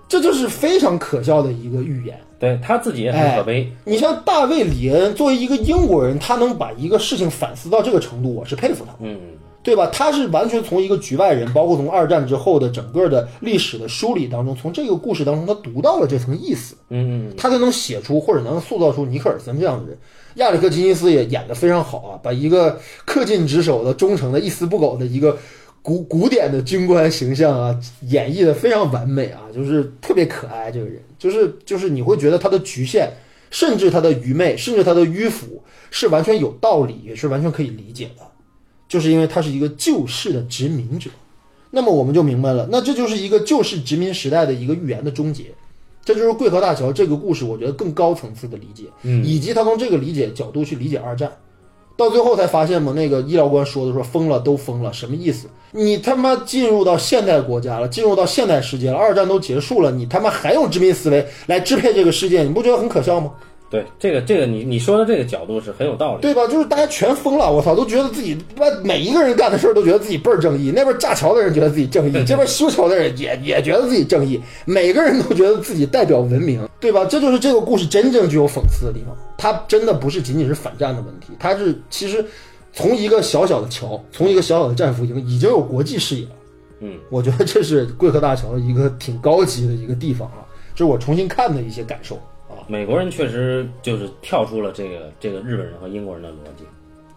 这就是非常可笑的一个预言。对他自己也哎很可悲。你像大卫·里恩作为一个英国人，他能把一个事情反思到这个程度，我是佩服他的。嗯对吧？他是完全从一个局外人，包括从二战之后的整个的历史的梳理当中，从这个故事当中，他读到了这层意思，嗯他才能写出或者能塑造出尼克尔森这样的人。亚历克金尼斯也演得非常好啊，把一个恪尽职守的、忠诚的、一丝不苟的一个古古典的军官形象啊，演绎得非常完美啊，就是特别可爱。这个人就是就是你会觉得他的局限，甚至他的愚昧，甚至他的迂腐，是完全有道理，也是完全可以理解的。就是因为他是一个旧式的殖民者。那么我们就明白了，那这就是一个旧式殖民时代的一个预言的终结。这就是桂河大桥这个故事，我觉得更高层次的理解，嗯以及他从这个理解角度去理解二战，到最后才发现嘛，那个医疗官说的说疯了都疯了，什么意思？你他妈进入到现代国家了，进入到现代世界了，二战都结束了，你他妈还用殖民思维来支配这个世界，你不觉得很可笑吗？嗯对，这个这个你你说的这个角度是很有道理。对吧？就是大家全疯了，我操，都觉得自己把每一个人干的事儿都觉得自己倍儿正义。那边炸桥的人觉得自己正义，这边修桥的人也 也觉得自己正义，每个人都觉得自己代表文明，对吧？这就是这个故事真正具有讽刺的地方。它真的不是仅仅是反战的问题，它是其实从一个小小的桥，从一个小小的战俘营，已经有国际视野了。嗯，我觉得这是贵河大桥的一个挺高级的一个地方啊，这是我重新看的一些感受啊。美国人确实就是跳出了这个这个日本人和英国人的逻辑，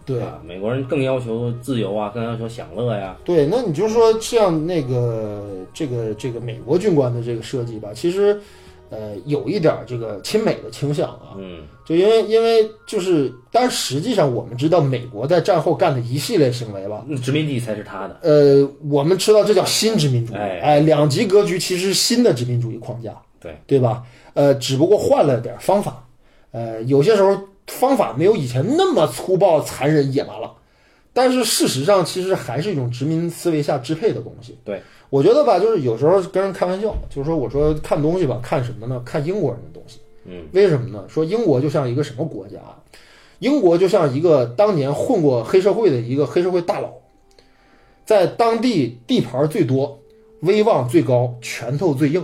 对啊，美国人更要求自由啊，更要求享乐呀、对，那你就说像那个这个这个美国军官的这个设计吧，其实，呃，有一点儿这个亲美的倾向啊，嗯，就因为因为就是，但实际上我们知道美国在战后干的一系列行为吧，那殖民地才是他的。呃，我们知道这叫新殖民主义，哎哎，两极格局其实是新的殖民主义框架，对对吧？呃，只不过换了点儿方法，呃，有些时候方法没有以前那么粗暴、残忍、野蛮了，但是事实上其实还是一种殖民思维下支配的东西。对，我觉得吧，就是有时候跟人开玩笑，就是说我说看东西吧，看什么呢？看英国人的东西。嗯，为什么呢？说英国就像一个什么国家啊？英国就像一个当年混过黑社会的一个黑社会大佬，在当地地盘最多，威望最高，拳头最硬。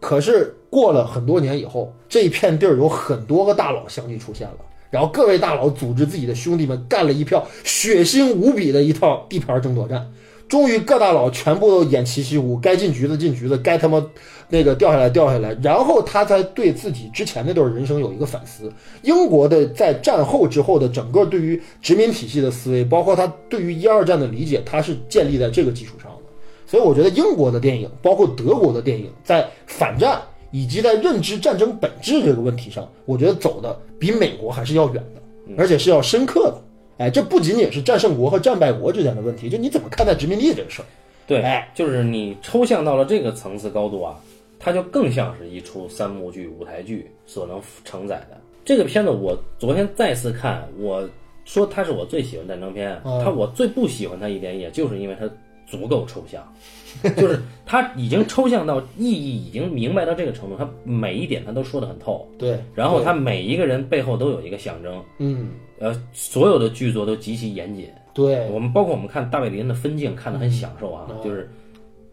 可是过了很多年以后，这一片地儿有很多个大佬相继出现了，然后各位大佬组织自己的兄弟们干了一票血腥无比的一套地盘争夺战。终于各大佬全部都偃旗息鼓，该进局的进局的，该他妈那个掉下来掉下来，然后他才对自己之前那段人生有一个反思。英国的在战后之后的整个对于殖民体系的思维，包括他对于一二战的理解，他是建立在这个基础上的。所以我觉得英国的电影，包括德国的电影，在反战以及在认知战争本质这个问题上，我觉得走的比美国还是要远的，而且是要深刻的。哎，这不仅仅是战胜国和战败国之间的问题，就你怎么看待殖民地这个事儿？对，哎就是你抽象到了这个层次高度啊，它就更像是一出三幕剧、舞台剧所能承载的。这个片子我昨天再次看，我说它是我最喜欢战争片，嗯它我最不喜欢它一点，也就是因为它足够抽象， 就是它已经抽象到意义已经明白到这个程度，它每一点它都说得很透，对，然后它每一个人背后都有一个象征，嗯，呃，所有的剧作都极其严谨，对，我们包括我们看大卫林的分镜，看得很享受啊，嗯就是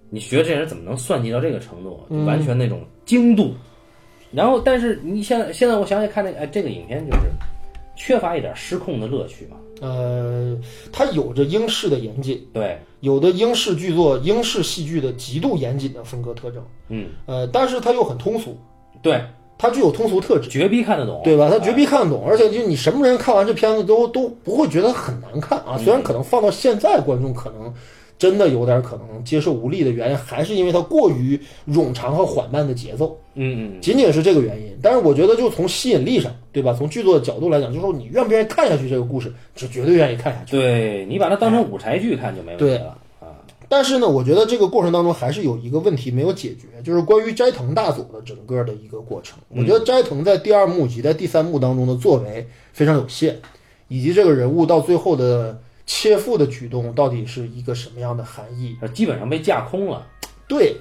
你学这人怎么能算计到这个程度，就嗯完全那种精度。然后，但是你现在现在我想起看那个，哎，这个影片就是缺乏一点失控的乐趣嘛。呃，它有着英式的严谨，对，有的英式剧作、英式戏剧的极度严谨的风格特征，嗯，呃，但是它又很通俗，对，它具有通俗特质，绝逼看得懂，对吧？它哎绝逼看得懂，而且就你什么人看完这片子都都不会觉得很难看啊。嗯虽然可能放到现在，观众可能真的有点可能接受无力的原因，还是因为它过于冗长和缓慢的节奏。嗯嗯，仅仅是这个原因。但是我觉得，就从吸引力上，对吧？从剧作的角度来讲，就是说你愿不愿意看下去这个故事，是绝对愿意看下去。对你把它当成舞台剧看就没问题对了啊。但是呢，我觉得这个过程当中还是有一个问题没有解决，就是关于斋藤大佐的整个的一个过程。我觉得斋藤在第二幕以及在第三幕当中的作为非常有限，以及这个人物到最后的切腹的举动到底是一个什么样的含义？基本上被架空了，对，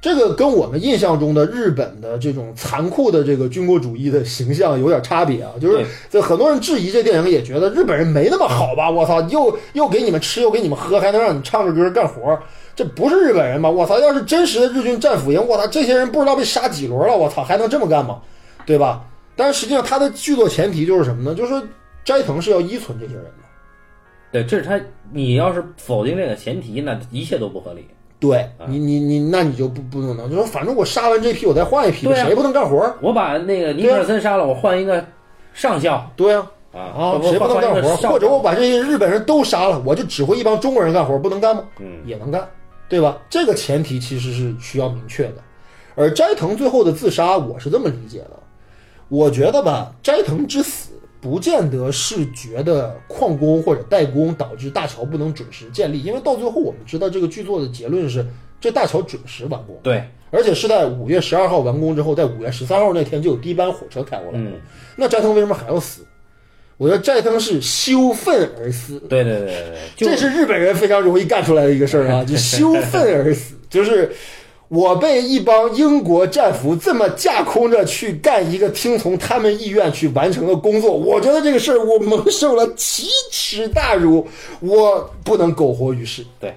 这个跟我们印象中的日本的这种残酷的这个军国主义的形象有点差别啊，就是对这很多人质疑这电影，也觉得日本人没那么好嗯吧？我操，又又给你们吃，又给你们喝，还能让你唱着歌干活儿，这不是日本人吗？我操，要是真实的日军战俘营，我操，这些人不知道被杀几轮了，我操，还能这么干吗？对吧？但是实际上，他的剧作前提就是什么呢？就是说斋藤是要依存这些人的，对，这是他。你要是否定这个前提，那一切都不合理。对嗯你，你你，那你就不不能，就说反正我杀完这批，我再换一批，对啊谁不能干活儿？我把那个尼克尔森杀了，我换一个上校，对呀、啊啊，谁不能干活？或者我把这些日本人都杀了，我就指挥一帮中国人干活，不能干吗？嗯，也能干，对吧？这个前提其实是需要明确的。而斋藤最后的自杀，我是这么理解的，我觉得吧，斋藤之死不见得是觉得旷工或者怠工导致大桥不能准时建立，因为到最后我们知道这个剧作的结论是这大桥准时完工，对，而且是在五月十二号完工之后，在五月十三号那天就有第一班火车开过来了。嗯，那斋藤为什么还要死？我觉得斋藤是羞愤而死，对对对对对，就 这是日本人非常容易干出来的一个事儿啊，就羞愤而死，就是我被一帮英国战俘这么架空着去干一个听从他们意愿去完成的工作，我觉得这个事儿我蒙受了奇耻大辱，我不能苟活于世。对，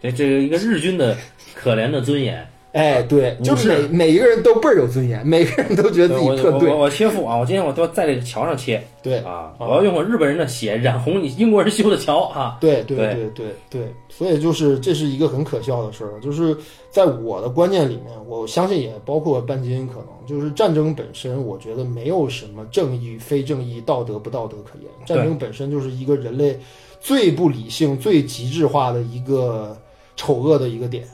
这这个一个日军的可怜的尊严。哎，对，就不是每每一个人都倍儿有尊严，每个人都觉得自己我特我对我。我切腹啊！我今天我都要在这个桥上切。对啊，我要用我日本人的血染红你英国人修的桥啊！对对对对对对，所以就是这是一个很可笑的事儿，啊就是在我的观念里面，我相信也包括半斤，可能就是战争本身，我觉得没有什么正义、非正义、道德不道德可言，战争本身就是一个人类最不理性、最极致化的一个丑恶的一个点，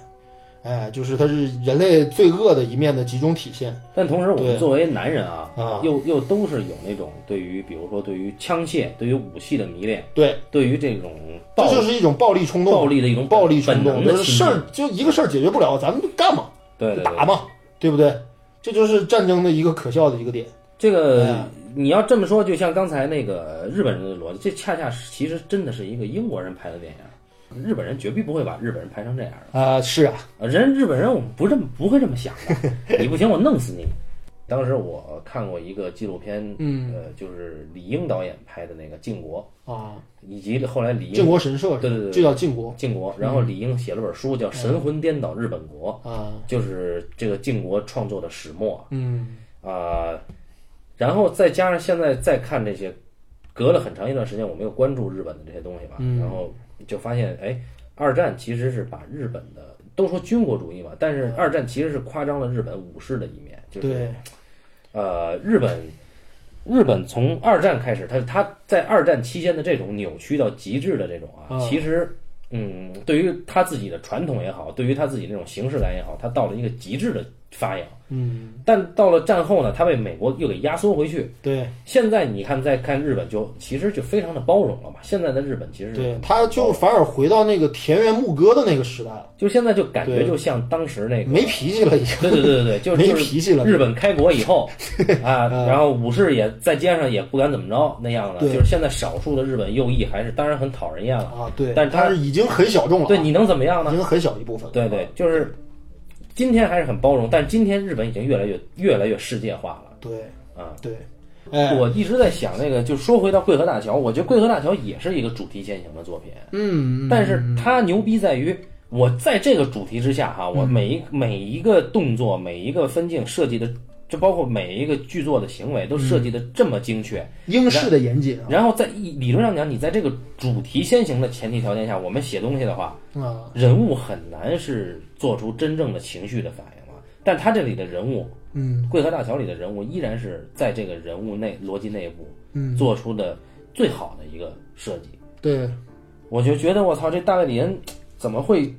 哎，就是它是人类罪恶的一面的集中体现但同时，我对们作为男人啊，啊。又又都是有那种对于，比如说对于枪械、对于武器的迷恋，对，对于这种这暴就是一种暴力冲动，暴力的一种暴力本冲动，能的就是侵事略儿就一个事儿解决不了，咱们就干嘛。对就对打对，嘛，对不对？这就是战争的一个可笑的一个点。这哎个呀你要这么说，就像刚才那个日本人的逻辑，这恰恰是其实真的是一个英国人拍的电影，日本人绝逼不会把日本人拍成这样的。啊、是啊，呃人日本人我们不这么不会这么想 的，你不行我弄死你。当时我看过一个纪录片，嗯呃，就是李英导演拍的那个《靖国啊，》，以及后来李靖英国神社，对对对这叫靖国嗯靖国，然后李英写了本书叫《神魂颠倒日本国啊，》，就是这个靖国创作的始末嗯啊、然后再加上现在再看这些，隔了很长一段时间我没有关注日本的这些东西吧，嗯然后就发现，哎，二战其实是把日本的都说军国主义嘛，但是二战其实是夸张了日本武士的一面，就是对，呃，日本日本从二战开始，它它在二战期间的这种扭曲到极致的这种啊，啊其实。嗯，对于他自己的传统也好，对于他自己那种形式感也好，他到了一个极致的发扬。嗯但到了战后呢，他被美国又给压缩回去。对现在你看，再看日本就，其实就非常的包容了嘛。现在的日本其实对，他就反而回到那个田园牧歌的那个时代了，就现在就感觉对就像当时那个没脾气了已经，对对对对对，就没就是脾气了日本开国以 后啊，嗯然后武士也在街上也不敢怎么着那样的，对就是现在少数的日本右翼还是当然很讨人厌了，啊，对，但是他他是已经很小众了啊，对，你能怎么样已呢？经很小一部分了，对对，就是今天还是很包容，但今天日本已经越来越越来越世界化了对啊。对，哎，我一直在想那个，就说回到桂河大桥，我觉得桂河大桥也是一个主题先行的作品，嗯，但是它牛逼在于，我在这个主题之下哈，嗯我每一、每一个动作、每一个分镜设计的，就包括每一个剧作的行为都设计的这么精确，英式的严谨然后在一理论上讲，你在这个主题先行的前提条件下，我们写东西的话，啊啊，人物很难是做出真正的情绪的反应了。啊但他这里的人物，嗯《桂河大桥》里的人物依然是在这个人物内逻辑内部嗯，做出的最好的一个设计。对，我就觉得我操，这大卫里恩怎么会？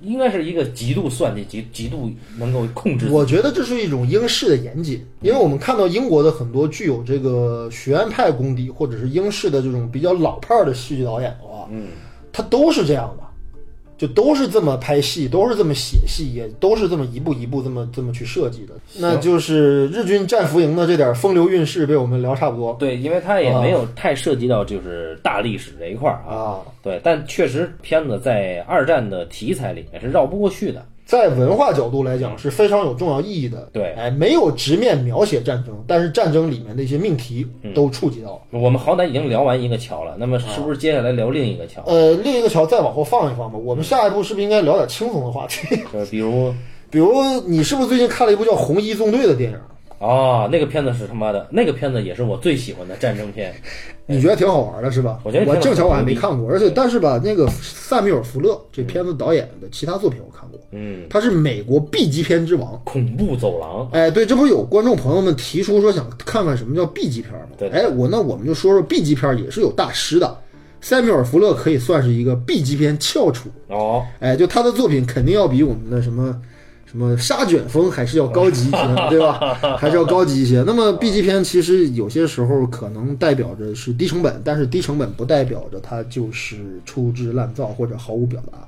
应该是一个极度算计、极极度能够控制。我觉得这是一种英式的严谨，因为我们看到英国的很多具有这个学院派功底或者是英式的这种比较老派儿的戏剧导演的话，嗯，他都是这样的，就都是这么拍戏，都是这么写戏，也都是这么一步一步这么这么去设计的。那就是日军战俘营的这点风流韵事被我们聊差不多对，因为他也没有太涉及到就是大历史这一块儿啊。啊，对，但确实片子在二战的题材里面是绕不过去的。在文化角度来讲是非常有重要意义的。对哎，没有直面描写战争，但是战争里面的一些命题嗯都触及到了。我们好歹已经聊完一个桥了，那么是不是接下来聊另一个桥？呃，另一个桥再往后放一放吧。我们下一步是不是应该聊点轻松的话题？ 就是比如比如你是不是最近看了一部叫《红衣纵队》的电影？哦，那个片子是他妈的，那个片子也是我最喜欢的战争片。你觉得挺好玩的是吧？我觉得挺好玩的嗯正巧我还没看过，而且但是吧，那个萨缪尔·福勒这片子导演的其他作品我看过，嗯，他是美国 B 级片之王。恐怖走廊，哎，对，这不是有观众朋友们提出说想看看什么叫 B 级片吗？对对哎，我那我们就说说 B 级片也是有大师的，塞缪尔·福勒可以算是一个 B 级片翘楚。哦，哎，就他的作品肯定要比我们的什么什么沙卷风还是要高级一些，对吧？还是要高级一些。那么 B 级片其实有些时候可能代表着是低成本，但是低成本不代表着它就是粗制滥造或者毫无表达。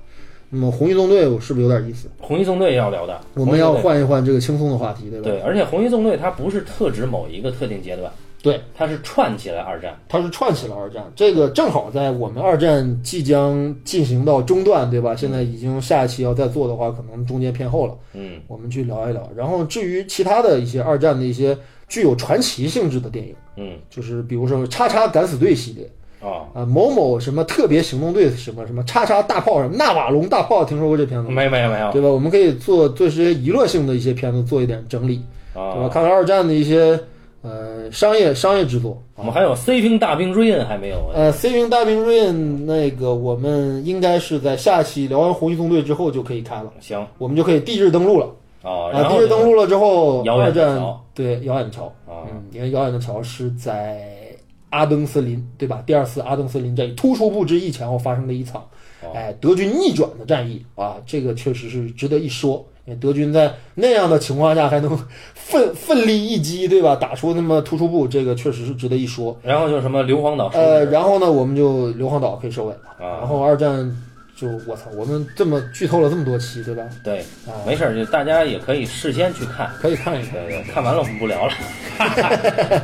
那么《红衣纵队》是不是有点意思？红衣纵队要聊的，我们要红衣纵换一换这个轻松的话题，对队吧？对，而且红衣纵队它不是特指某一个特定阶段，对，它是串起来二战。它是串起了二战，这个正好在我们二战即将进行到中段，对吧？现在已经下一期要再做的话，可能中间偏后了，嗯，我们去聊一聊。然后至于其他的一些二战的一些具有传奇性质的电影，嗯，就是比如说《叉叉敢死队》系列，哦，啊，某某什么特别行动队什么什么叉叉大炮什么纳瓦隆大炮，听说过这片子吗？没有没有没有，对吧？我们可以做做一些娱乐性的一些片子，做一点整理，对吧？啊，看看二战的一些呃商业商业制作。我们还有 C 兵大兵瑞恩还没有啊？呃，C 零大兵瑞恩那个，我们应该是在下期聊完红衣纵队之后就可以开了，行我们就可以地质登陆了哦，啊！然地后质登陆了之后，遥远二的战桥对遥远的桥，啊，嗯，因为遥远的桥是在阿登斯林，对吧？第二次阿登斯林战役突出部之役前后发生的一场，哦哎，德军逆转的战役啊，这个确实是值得一说。因为德军在那样的情况下还能奋奋力一击，对吧？打出那么突出部，这个确实是值得一说。然后就是什么硫磺岛事呃，件然后呢，我们就硫磺岛可以收尾了。啊然后二战就我操，我们这么剧透了这么多期，对吧？对啊，没事儿，就大家也可以事先去看，可以看一看，对对，看完了我们不 聊了。哎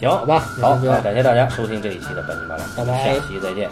行，好吧？那好就这，样感谢大家收听这一期的半斤八两，拜拜下期再见。